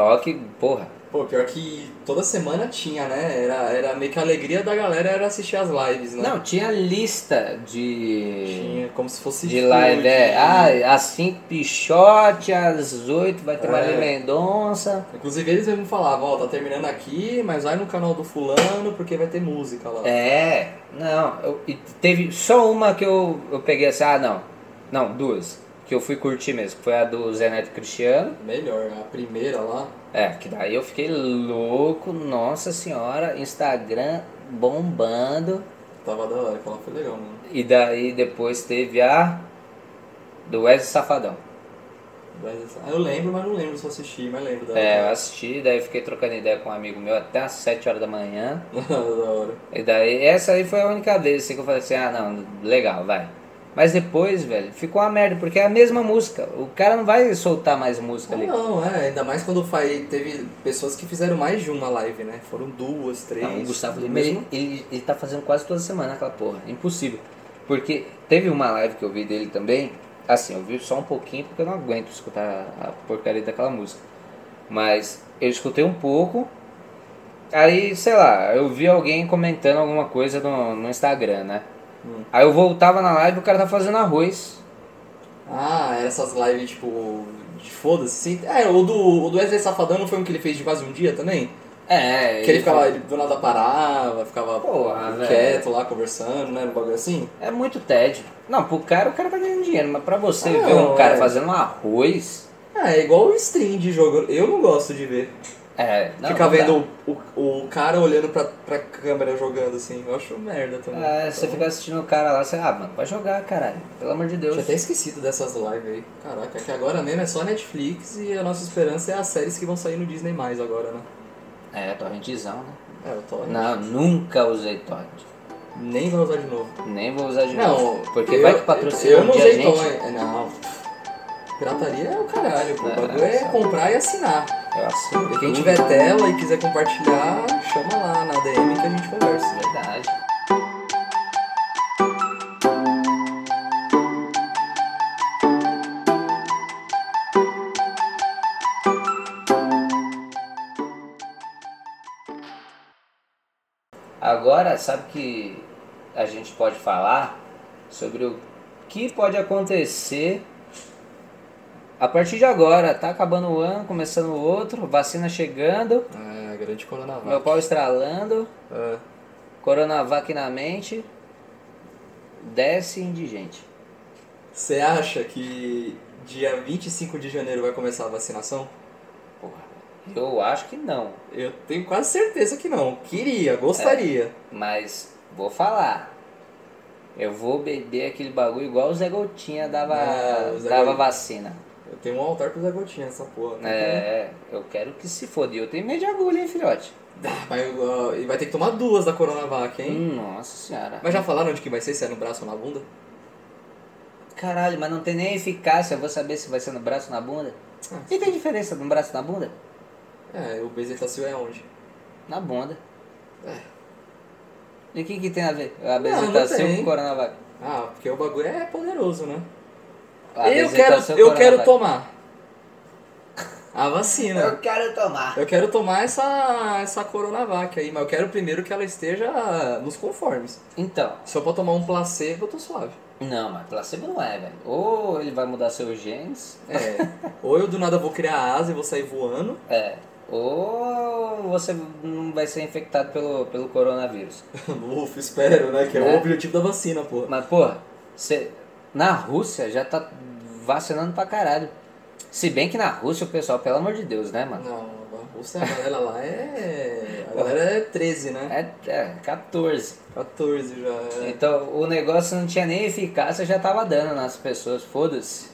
Ó que porra. Pô, pior que toda semana tinha, né? Era, era meio que a alegria da galera era assistir as lives, né? Não, tinha lista de Tinha como se fosse de filme, live, é. de- Ah, às 5 Pichote, às 8 vai ter É. Marília Mendonça. Inclusive eles mesmo falavam, ó, tá terminando aqui, mas vai no canal do fulano porque vai ter música lá. É, não, eu- e teve só uma que eu, eu peguei assim, ah não, não, duas, que eu fui curtir mesmo, que foi a do Zé Neto Cristiano, Melhor, a primeira lá. é, que daí eu fiquei louco, nossa senhora, Instagram bombando, Tava da hora, aquela foi legal, mano. e daí depois teve a do Wesley Safadão, Mas- ah, eu lembro, mas não lembro se eu assisti, mas lembro da é, eu assisti, daí eu fiquei trocando ideia com um amigo meu até às 7 horas da manhã, da hora. E daí, essa aí foi a única vez assim, que eu falei assim, ah não, legal, vai. Mas depois, velho, ficou uma merda, porque é a mesma música. O cara não vai soltar mais música Ah, ali. não, é, ainda mais quando faz, teve pessoas que fizeram mais de uma live, né? Foram duas, três. Não, Então, o Gustavo do Lima, É mesmo ele, ele, ele tá fazendo quase toda semana aquela porra. Impossível. Porque teve uma live que eu vi dele também, assim, eu vi só um pouquinho porque eu não aguento escutar a porcaria daquela música. Mas eu escutei um pouco, aí, sei lá, eu vi alguém comentando alguma coisa no, no Instagram, né? Hum. Aí eu voltava na live e o cara tá fazendo arroz. Ah, essas lives, tipo, de foda-se. assim. É, o do, o do Wesley Safadão não foi um que ele fez de quase um dia também? É, Que ele ele ficava, ele do nada parava, ficava Porra, velho. quieto lá, conversando, né, um bagulho assim. é muito tédio. Não, pro cara, o cara tá ganhando dinheiro, mas pra você Ah, ver um cara é. fazendo um arroz. Ah, é igual o stream de jogo, eu não gosto de ver. É, não. Ficar não dá. vendo o, o, o cara olhando pra, pra câmera jogando assim, eu acho merda também. É, você Então, fica assistindo o cara lá, você, ah, mano, vai jogar, caralho. Pelo amor de Deus. Tinha até esquecido dessas lives aí. Caraca, que agora mesmo é só Netflix e a nossa esperança é as séries que vão sair no Disney mais agora, né? É, torrentzão, né? É, eu tô. Não, nunca usei torrent. Nem vai usar de novo. Nem vou usar de Não, novo. Porque eu- vai que patrocina Eu um não dia a usei gente. torrent. Não. Pirataria é o caralho, pô. O É, bagulho é sabe. comprar e assinar. Eu assino. E quem tudo. tiver tela e quiser compartilhar, chama lá na DM que a gente conversa. Verdade. Agora, sabe que a gente pode falar sobre o que pode acontecer a partir de agora? Tá acabando o ano, começando o outro, vacina chegando, É, grande meu Coronavac. pau estralando. É. Coronavac na mente, desce indigente. Você acha que dia 25 de janeiro vai começar a vacinação? Porra, eu acho que não. Eu tenho quase certeza que não. Queria, gostaria. É. Mas vou falar. Eu vou beber aquele bagulho igual o Zé Gotinha dava, Ah, o Zé dava Gotinha. vacina. Eu tenho um altar pro Zé Gotinha, essa porra. É, eu quero que se foda. E eu tenho medo de agulha, hein, filhote? Ah, mas, ó, E vai ter que tomar duas da Coronavac, hein? Hum, Nossa senhora. Mas já falaram onde que vai ser? Se é no braço ou na bunda? Caralho, mas não tem nem eficácia. Eu vou saber se vai ser no braço ou na bunda. Ah. E tem diferença no braço e na bunda? É, o bezetacil é onde? Na bunda. É. É. E o que, que tem a ver? A Não, não apresentação tem. com o Coronavac. Ah, porque o bagulho é poderoso, né? A eu quero, apresentação eu quero Coronavac. tomar a vacina. Eu quero tomar. Eu quero tomar essa, essa Coronavac aí, mas eu quero primeiro que ela esteja nos conformes. Então, Se eu for tomar um placebo, eu tô suave. não, mas placebo não é, velho. Ou ele vai mudar seus genes, É. Ou eu do nada vou criar asa e vou sair voando. é. Ou você não vai ser infectado pelo, pelo coronavírus. Ufa, espero, né? Que é, Né? o objetivo da vacina, porra. Mas, porra, cê- na Rússia já tá vacinando pra caralho. Se bem que na Rússia o pessoal, pelo amor de Deus, né, mano? Não, a Rússia, a galera lá é. A galera é 13, né? É, é 14. 14 já. é. Então o negócio não tinha nem eficácia, já tava dando nas pessoas, foda-se.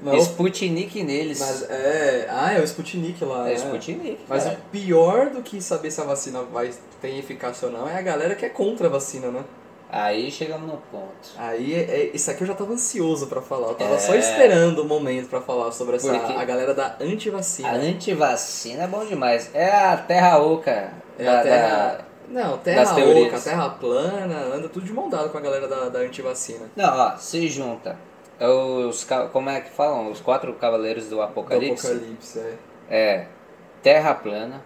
Não, Sputnik neles. mas é. Ah, é o Sputnik lá. é né? Sputnik. Mas cara. o pior do que saber se a vacina vai ter eficácia ou não é a galera que é contra a vacina, né? Aí chegamos no ponto. Aí, é, é- isso aqui eu já tava ansioso pra falar. Eu tava É. só esperando o momento pra falar sobre essa, Porque- a galera da A antivacina. antivacina é bom demais. É a terra oca. É da- a terra. da- Não, terra das teorias. oca, terra plana, anda tudo de mão dada com a galera da, da antivacina. Não, ó, se junta. É Os, ca- como é que falam? Os quatro cavaleiros do Do apocalipse. apocalipse, é. É terra plana.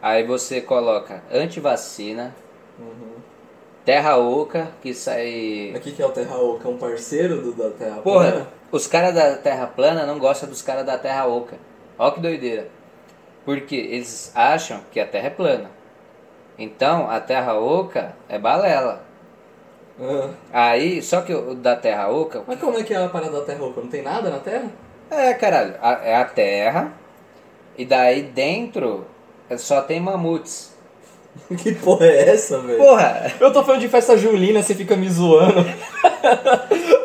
Aí você coloca antivacina, Uhum. terra oca, que sai. Aqui que é o terra oca, é um parceiro do, da terra Porra, plana. os caras da Terra plana não gostam dos caras da Terra oca. Ó que doideira. Porque eles acham que a Terra é plana. Então, a Terra oca é balela. Ah. Aí, só que o da Terra oca... Mas como é que é a parada da terra oca? Não tem nada na terra? É, caralho. a- é a Terra. E daí, dentro, é- só tem mamutes. que porra é essa, velho? Porra! Eu tô falando de festa julina, você fica me zoando.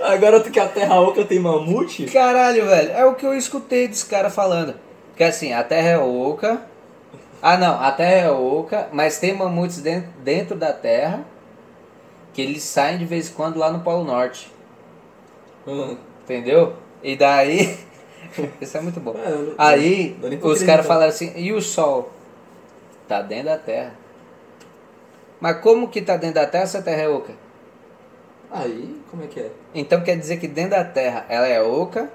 Agora que é a terra oca tem mamute? Caralho, velho. É o que eu escutei dos caras falando. Que assim, a Terra é oca... Ah, não. A Terra é oca, mas tem mamutes dentro, dentro da Terra... Que eles saem de vez em quando lá no Polo Norte. Hum. Entendeu? E daí... Isso é muito bom. É, eu não- Aí eu nem tô os acreditando. caras falaram assim, e o sol? Tá dentro da terra. Mas como que tá dentro da terra se a terra é oca? Aí, como é que é? Então quer dizer que dentro da terra ela é oca,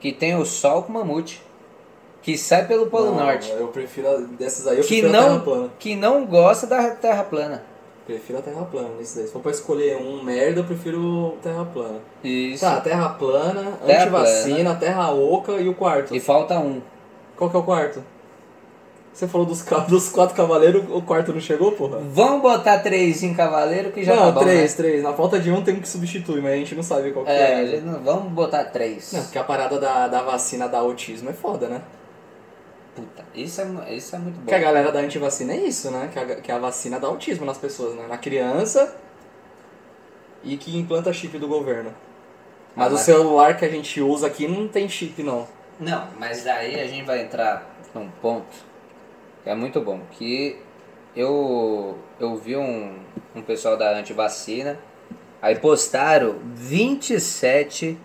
que tem o sol com mamute, que sai pelo Polo Não, Norte, Eu prefiro a- dessas aí, eu que prefiro a terra não, plana. que não gosta da terra plana. Prefiro a terra plana nisso daí. Se for pra escolher um merda, eu prefiro terra plana. Isso. Tá, terra plana, Terra antivacina, terra oca e o quarto. E falta um. Qual que é o quarto? Você falou dos, ca- dos quatro cavaleiros, o quarto não chegou, porra? Vão botar três em cavaleiro que já não, tá bom, três, né? três. Na falta de um tem um que substitui, mas a gente não sabe qual que É, é. a gente não- vamos botar três. Não, porque a parada da, da vacina da autismo é foda, né? Puta, isso é, mu- isso é muito bom. Porque a galera da antivacina é isso, né? Que a, que a vacina dá autismo nas pessoas, né? Na criança e que implanta chip do governo. Mas Ah, o mas- celular que a gente usa aqui não tem chip, não. Não, mas daí a gente vai entrar num ponto que é muito bom, que eu, eu vi um, um pessoal da antivacina, aí postaram 27,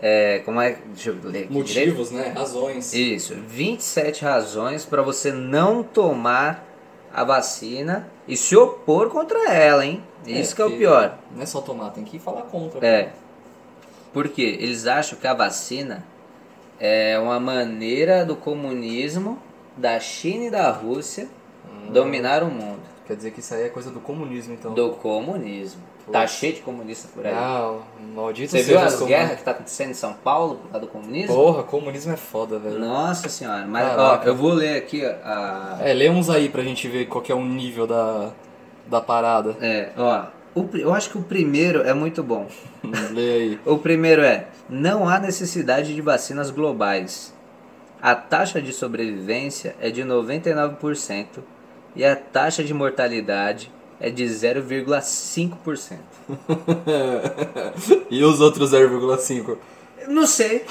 é, como é, deixa eu ler aqui direito. Motivos, né? Razões. Isso, 27 razões para você não tomar a vacina e se opor contra ela, hein? Isso que é o porque pior. Não é só tomar, tem que falar contra. É. Porque eles acham que a vacina é uma maneira do comunismo, da China e da Rússia Hum. dominar o mundo. Quer dizer que isso aí é coisa do comunismo, então. Do comunismo. Tá cheio de comunista por aí. Ah, maldito Você seja viu os as comunistas. guerras que tá acontecendo em São Paulo por causa do comunismo? Porra, comunismo é foda, velho. Nossa senhora, mas Caraca. ó, eu vou ler aqui ó, a. É, lê uns aí pra gente ver qual que é o nível da, da parada. É, ó. o pri- eu acho que o primeiro é muito bom. Lê aí. O primeiro é: não há necessidade de vacinas globais. A taxa de sobrevivência é de 99% e a taxa de mortalidade é de 0,5%. e os outros 0,5? Não sei.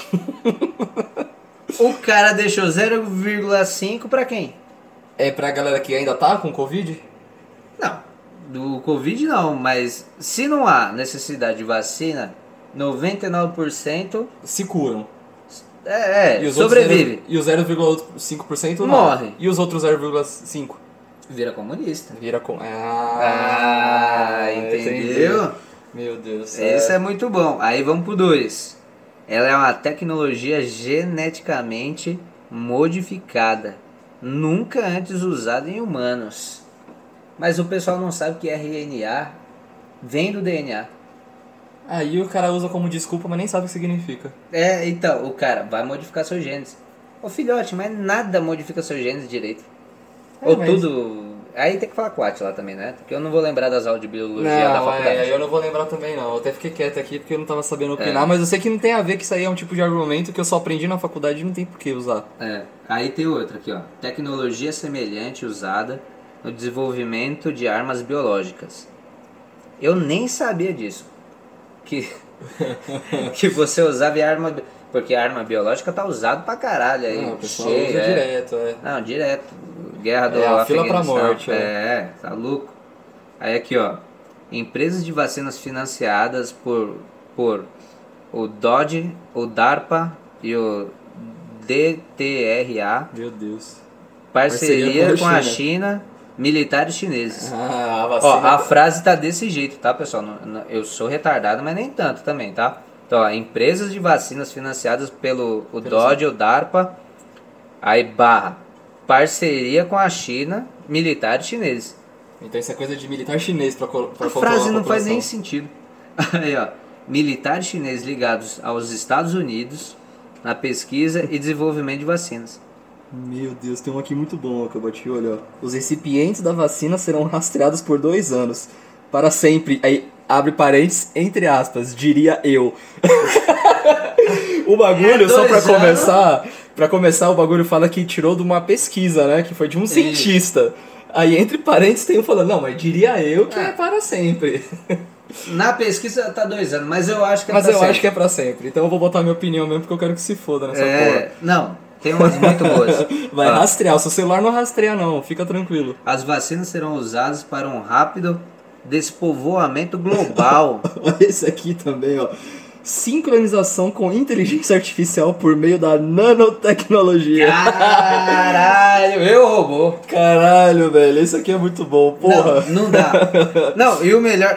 o cara deixou 0,5 pra quem? É pra galera que ainda tá com Covid? Não, do Covid não, mas se não há necessidade de vacina, 99% Se curam. é, é os outros sobrevive. 0,- E o 0,5% não. Morre. E os outros 0,5%? Vira comunista. Vira com. Ah, entendeu? Meu Deus do céu. Isso é muito bom. Aí vamos pro 2. Ela é uma tecnologia geneticamente modificada, nunca antes usada em humanos. Mas o pessoal não sabe que RNA vem do DNA. Aí o cara usa como desculpa, mas nem sabe o que significa. É, então, o cara vai modificar seus genes. Ô filhote, mas nada modifica seus genes direito. É, Ou mas- tudo. Aí tem que falar com a Atila também, né? Porque eu não vou lembrar das aulas de biologia da Não, faculdade. é, eu não vou lembrar também não. Eu até fiquei quieto aqui porque eu não tava sabendo É. opinar, mas eu sei que não tem a ver que isso aí é um tipo de argumento que eu só aprendi na faculdade e não tem por que usar. É, aí tem outra aqui, ó. Tecnologia semelhante usada no desenvolvimento de armas biológicas. Eu nem sabia disso. Que, que você usava arma. bi- Porque arma biológica tá usado pra caralho aí. Não, Ah, o pessoal cheio, usa é. direto, é. Não, direto. Guerra do É, a fila pra Afeganistão. morte, É, é. é, tá louco. Aí aqui, ó. Empresas de vacinas financiadas por, por o DOD, o DARPA e o DTRA. Meu Deus. Parceria, Parceria com, com a a China, militares chineses. Ah, a Ó, a vacina. frase tá desse jeito, tá, pessoal? Não- não- eu sou retardado, mas nem tanto também, tá? Então, ó, empresas de vacinas financiadas pelo o DOD, o DARPA, aí barra, parceria com a China, militares chineses. Então isso é coisa de militar chinês pra, co- pra A controlar frase não faz população. nem sentido. Aí, ó, militares chineses ligados aos Estados Unidos na pesquisa e desenvolvimento de vacinas. Meu Deus, tem um aqui muito bom ó, que eu bati o olho, ó. Os recipientes da vacina serão rastreados por dois anos. Para sempre. Aí, abre parênteses, entre aspas, diria eu. o bagulho, É, só pra dois anos. começar, pra começar, o bagulho fala que tirou de uma pesquisa, né? Que foi de um cientista. Aí, entre parênteses, tem um falando, não, mas diria eu que é, Ah. para sempre. Na pesquisa tá dois anos, mas eu acho que é mas pra eu sempre. acho que é pra sempre. Então eu vou botar minha opinião mesmo, porque eu quero que se foda nessa É, Ah. não, tem umas muito boas. porra. Vai Ó, rastrear, seu celular não rastreia não, fica tranquilo. As vacinas serão usadas para um rápido despovoamento global. Olha esse aqui também, ó. Sincronização com inteligência artificial por meio da nanotecnologia. Caralho, eu roubou. Caralho, velho, esse aqui é muito bom, porra. Não, não dá. Não, e o melhor.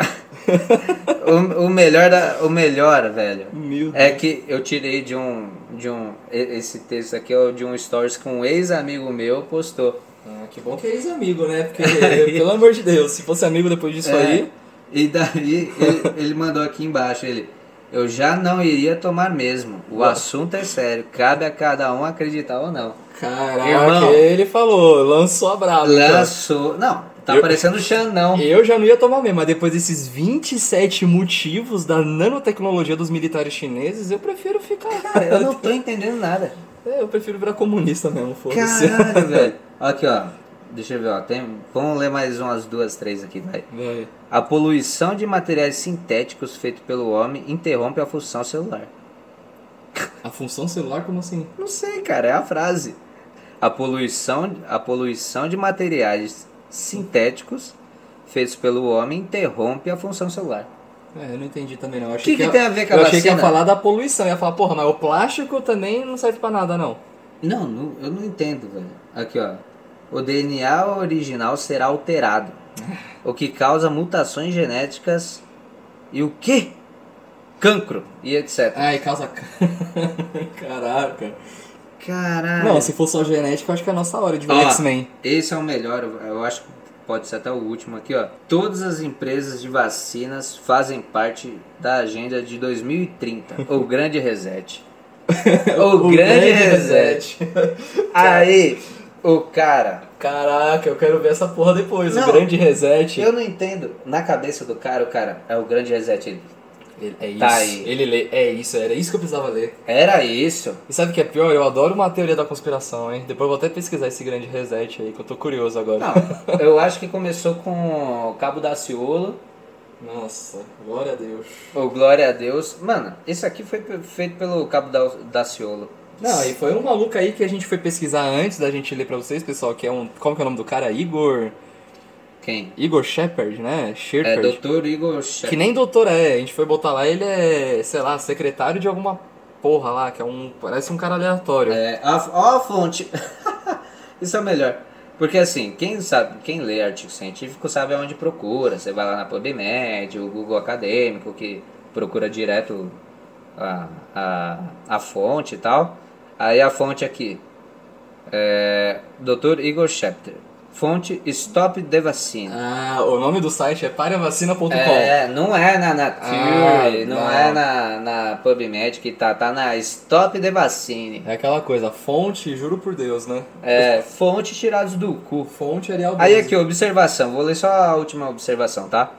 o, o melhor da. O melhor, velho. Meu É que eu tirei de um. De um e- esse texto aqui é o de um stories que um ex-amigo meu postou. Ah, que bom que é ex-amigo, né? Porque, pelo amor de Deus, se fosse amigo depois disso É, aí. E daí ele, ele mandou aqui embaixo, ele. Eu já não iria tomar mesmo. O assunto é sério. Cabe a cada um acreditar ou não. Caraca, Irmão. ele falou, lançou a brava. então. Lançou. Não, tá Eu- parecendo o Xandão. Eu já não ia tomar mesmo, mas depois desses 27 motivos da nanotecnologia dos militares chineses, eu prefiro ficar. Cara, eu não tô entendendo nada. É, eu prefiro virar comunista mesmo, foda-se. Caralho, velho. Aqui, ó. Deixa eu ver, ó. Tem... Vamos ler mais umas duas, três aqui, vai. Vai. A poluição de materiais sintéticos feito pelo homem interrompe a função celular. A função celular, como assim? Não sei, cara, é a frase. A poluição, a poluição de materiais sintéticos feitos pelo homem interrompe a função celular. É, eu não entendi também não. Eu Que achei que ia- tem a ver com a Eu achei que ia vacina? falar da poluição. Eu ia falar, porra, mas o plástico também não serve pra nada, não. Não, não- eu não entendo, velho. Aqui, ó. O DNA original será alterado, o que causa mutações genéticas e o quê? Cancro e etc. Ai, causa... Caraca. Caralho. Não, se for só genética, eu acho que é a nossa hora de ver Ó. X-Men. Esse é o melhor, eu eu acho que pode ser até o último aqui, ó. Todas as empresas de vacinas fazem parte da agenda de 2030, o grande reset. o, grande, reset. Aí, o cara Caraca, eu quero ver essa porra depois, Não. o grande reset. Eu não entendo. Na cabeça do cara, o cara é o grande reset. Ele, Ele- É isso. Tá aí. Ele lê. É isso, era isso que eu precisava ler. Era isso. E sabe o que é pior? Eu adoro uma teoria da conspiração, hein? Depois eu vou até pesquisar esse grande reset aí, que eu tô curioso agora. Não, eu acho que começou com o Cabo Daciolo, Nossa, glória a Deus. ou Glória a Deus. Mano, isso aqui foi pe- feito pelo Cabo Da- Daciolo. Não, e foi um maluco aí que a gente foi pesquisar antes da gente ler pra vocês, pessoal, que é um. Como que é o nome do cara? Igor. Quem? Igor Shepard, né? É Shepard. Dr. Igor Sha- que nem doutor é, a gente foi botar lá, ele é, sei lá, secretário de alguma porra lá, que é um. Parece um cara aleatório. É, a- ó a fonte. Isso é o melhor. Porque assim, quem sabe, quem lê artigo científico sabe aonde procura. Você vai lá na PubMed, o Google Acadêmico, que procura direto a, a, a fonte e tal. Aí a fonte aqui. É, Dr. Igor Schefter. Fonte Stop the Vaccine. Ah, o nome do site é parevacina.com. É, não é na Nature, Ah, não, não. é na, na PubMed que tá, tá na Stop the Vaccine. É aquela coisa, fonte, juro por Deus, né? É, fonte tirados do cu. Fonte é Arial Aí 12. aqui, observação. Vou ler só a última observação, tá?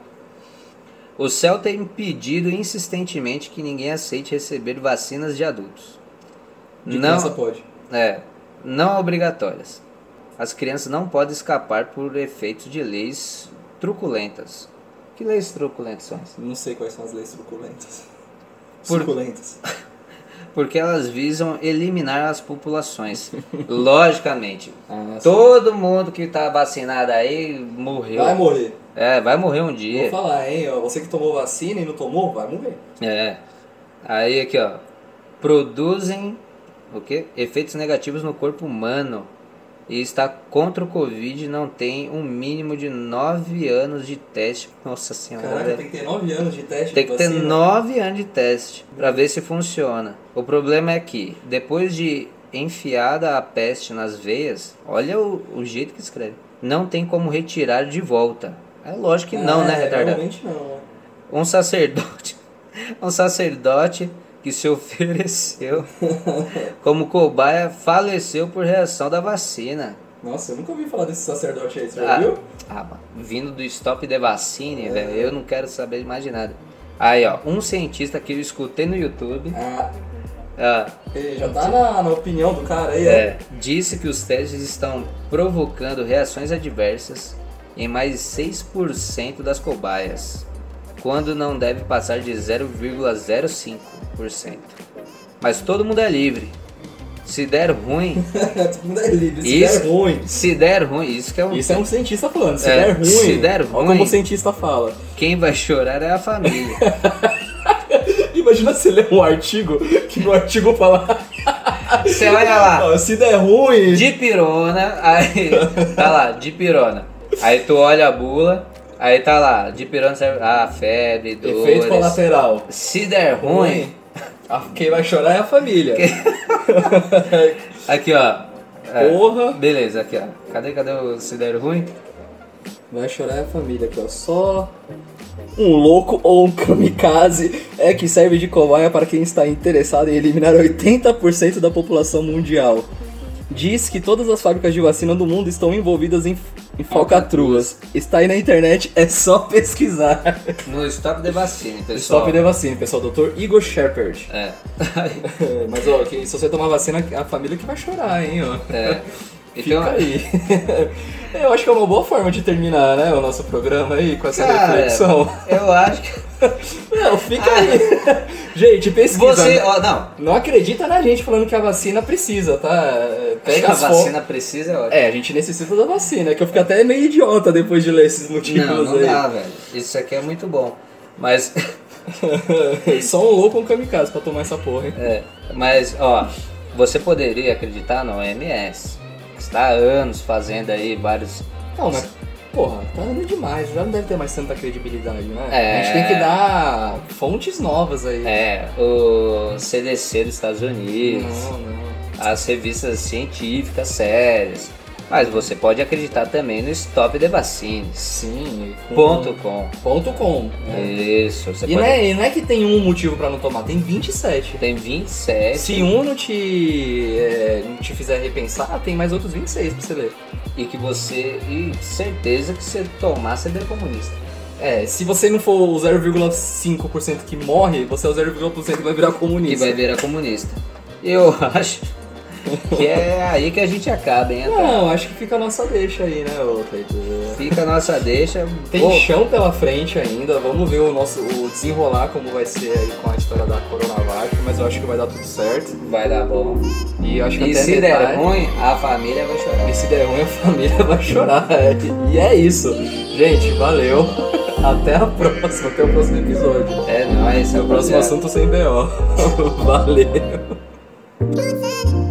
O céu tem pedido insistentemente que ninguém aceite receber vacinas de adultos. De não, criança pode. é, não obrigatórias. As crianças não podem escapar por efeitos de leis truculentas. Que leis truculentas são essas? Não sei quais são as leis suculentas. Por- Suculentas. Porque elas visam eliminar as populações. Logicamente. Ah, Todo mundo que tá vacinado aí morreu. Vai morrer. é, vai morrer um dia. Vou falar, hein? ó, Você que tomou vacina e não tomou, vai morrer. É. Aí aqui, ó. Produzem o quê? Efeitos negativos no corpo humano. E está contra o Covid e não tem um mínimo de 9 anos de teste. Nossa senhora. Caraca, velho. tem que ter 9 anos de teste Tem que de ter vacina. 9 anos de teste para ver se funciona. O problema é que, depois de enfiada a peste nas veias, olha o, o jeito que escreve. Não tem como retirar de volta. É lógico que não, Ah, né, retardado? Realmente não, né? um sacerdote, um sacerdote que se ofereceu como cobaia faleceu por reação da vacina. Nossa, eu nunca ouvi falar desse sacerdote aí, você já Ah, viu? ah, mano, vindo do stop de vacine, velho, eu não quero saber mais de nada. Aí, ó, um cientista que eu escutei no YouTube Ah, ah, ele já tá na, na opinião do cara aí, é. é, disse que os testes estão provocando reações adversas em mais 6% das cobaias, quando não deve passar de 0,05%. Mas todo mundo é livre. Se der ruim, Todo mundo é livre. Se Isso. der ruim. se der ruim, isso que é um. Isso é um cientista falando. Se É, der ruim. se der Olha ruim. como o cientista fala. Quem vai chorar é a família. Imagina você ler um artigo que no artigo fala. Você olha lá, "Ó, se der ruim. dipirona, aí tá lá, dipirona. Aí tu olha a bula, aí tá lá, dipirona serve. Ah, febre, Efeito dores. colateral. Se der ruim, A- Quem vai chorar é a família. Aqui, ó. É. Porra. Beleza, aqui, ó. Cadê, cadê o se der ruim? Vai chorar é a família, que ó. Só um louco ou um kamikaze é que serve de cobaia para quem está interessado em eliminar 80% da população mundial. Diz que todas as fábricas de vacina do mundo estão envolvidas em, em falcatruas. Está aí na internet, é só pesquisar. No Stop the Vaccine, pessoal. Stop the vacina, pessoal. Dr. Igor Shepard. É. Mas, ó, que- se você tomar vacina, a família que vai chorar, hein, ó. é. Fica Então, aí. Eu acho que é uma boa forma de terminar, né, o nosso programa aí com essa Cara, reflexão. eu acho que. Não, fica aí. Gente, pesquisa. Você, né? ó, não. Não acredita na gente falando que a vacina precisa, tá? Pega a as fotos. vacina precisa, é ótimo. É, a gente necessita da vacina, que eu fico até meio idiota depois de ler esses motivos não, não É, aí. dá, velho. Isso aqui é muito bom. Mas, Só um louco ou um kamikaze pra tomar essa porra, hein? é, mas, ó, você poderia acreditar na OMS, que está há anos fazendo aí vários. Não, mas, porra, tá andando demais, já não deve ter mais tanta credibilidade, né? É. A gente tem que dar fontes novas aí. É, o CDC dos Estados Unidos. Não, não. as revistas científicas sérias, Mas você pode acreditar também no Stop the Vaccines. Sim. com- Ponto com. Ponto com. né? Isso, você E não, pode. é, e não é que tem um motivo pra não tomar, tem 27. Tem 27. Se um não te, é, não te fizer repensar, tem mais outros 26 pra você ler. E que você. E certeza que você tomar, você vira comunista. É, se você não for o 0,5% que morre, você é o 0,1% que vai virar comunista. Que vai virar comunista. Eu acho que é aí que a gente acaba, hein? Antônio? Não, acho que fica a nossa deixa aí, né, ô Cleiton? Fica a nossa deixa. Tem Ô, chão pela frente ainda, vamos ver o nosso o desenrolar como vai ser aí com a história da Coronavac, mas eu acho que vai dar tudo certo. vai dar bom. E eu acho que E até se metade- der ruim, a família vai chorar. E se der ruim, a família vai chorar. é. E é isso. Gente, valeu. Até a próxima, até o próximo episódio. É nóis, O próximo rapaziada. assunto sem BO. Valeu. Thank you.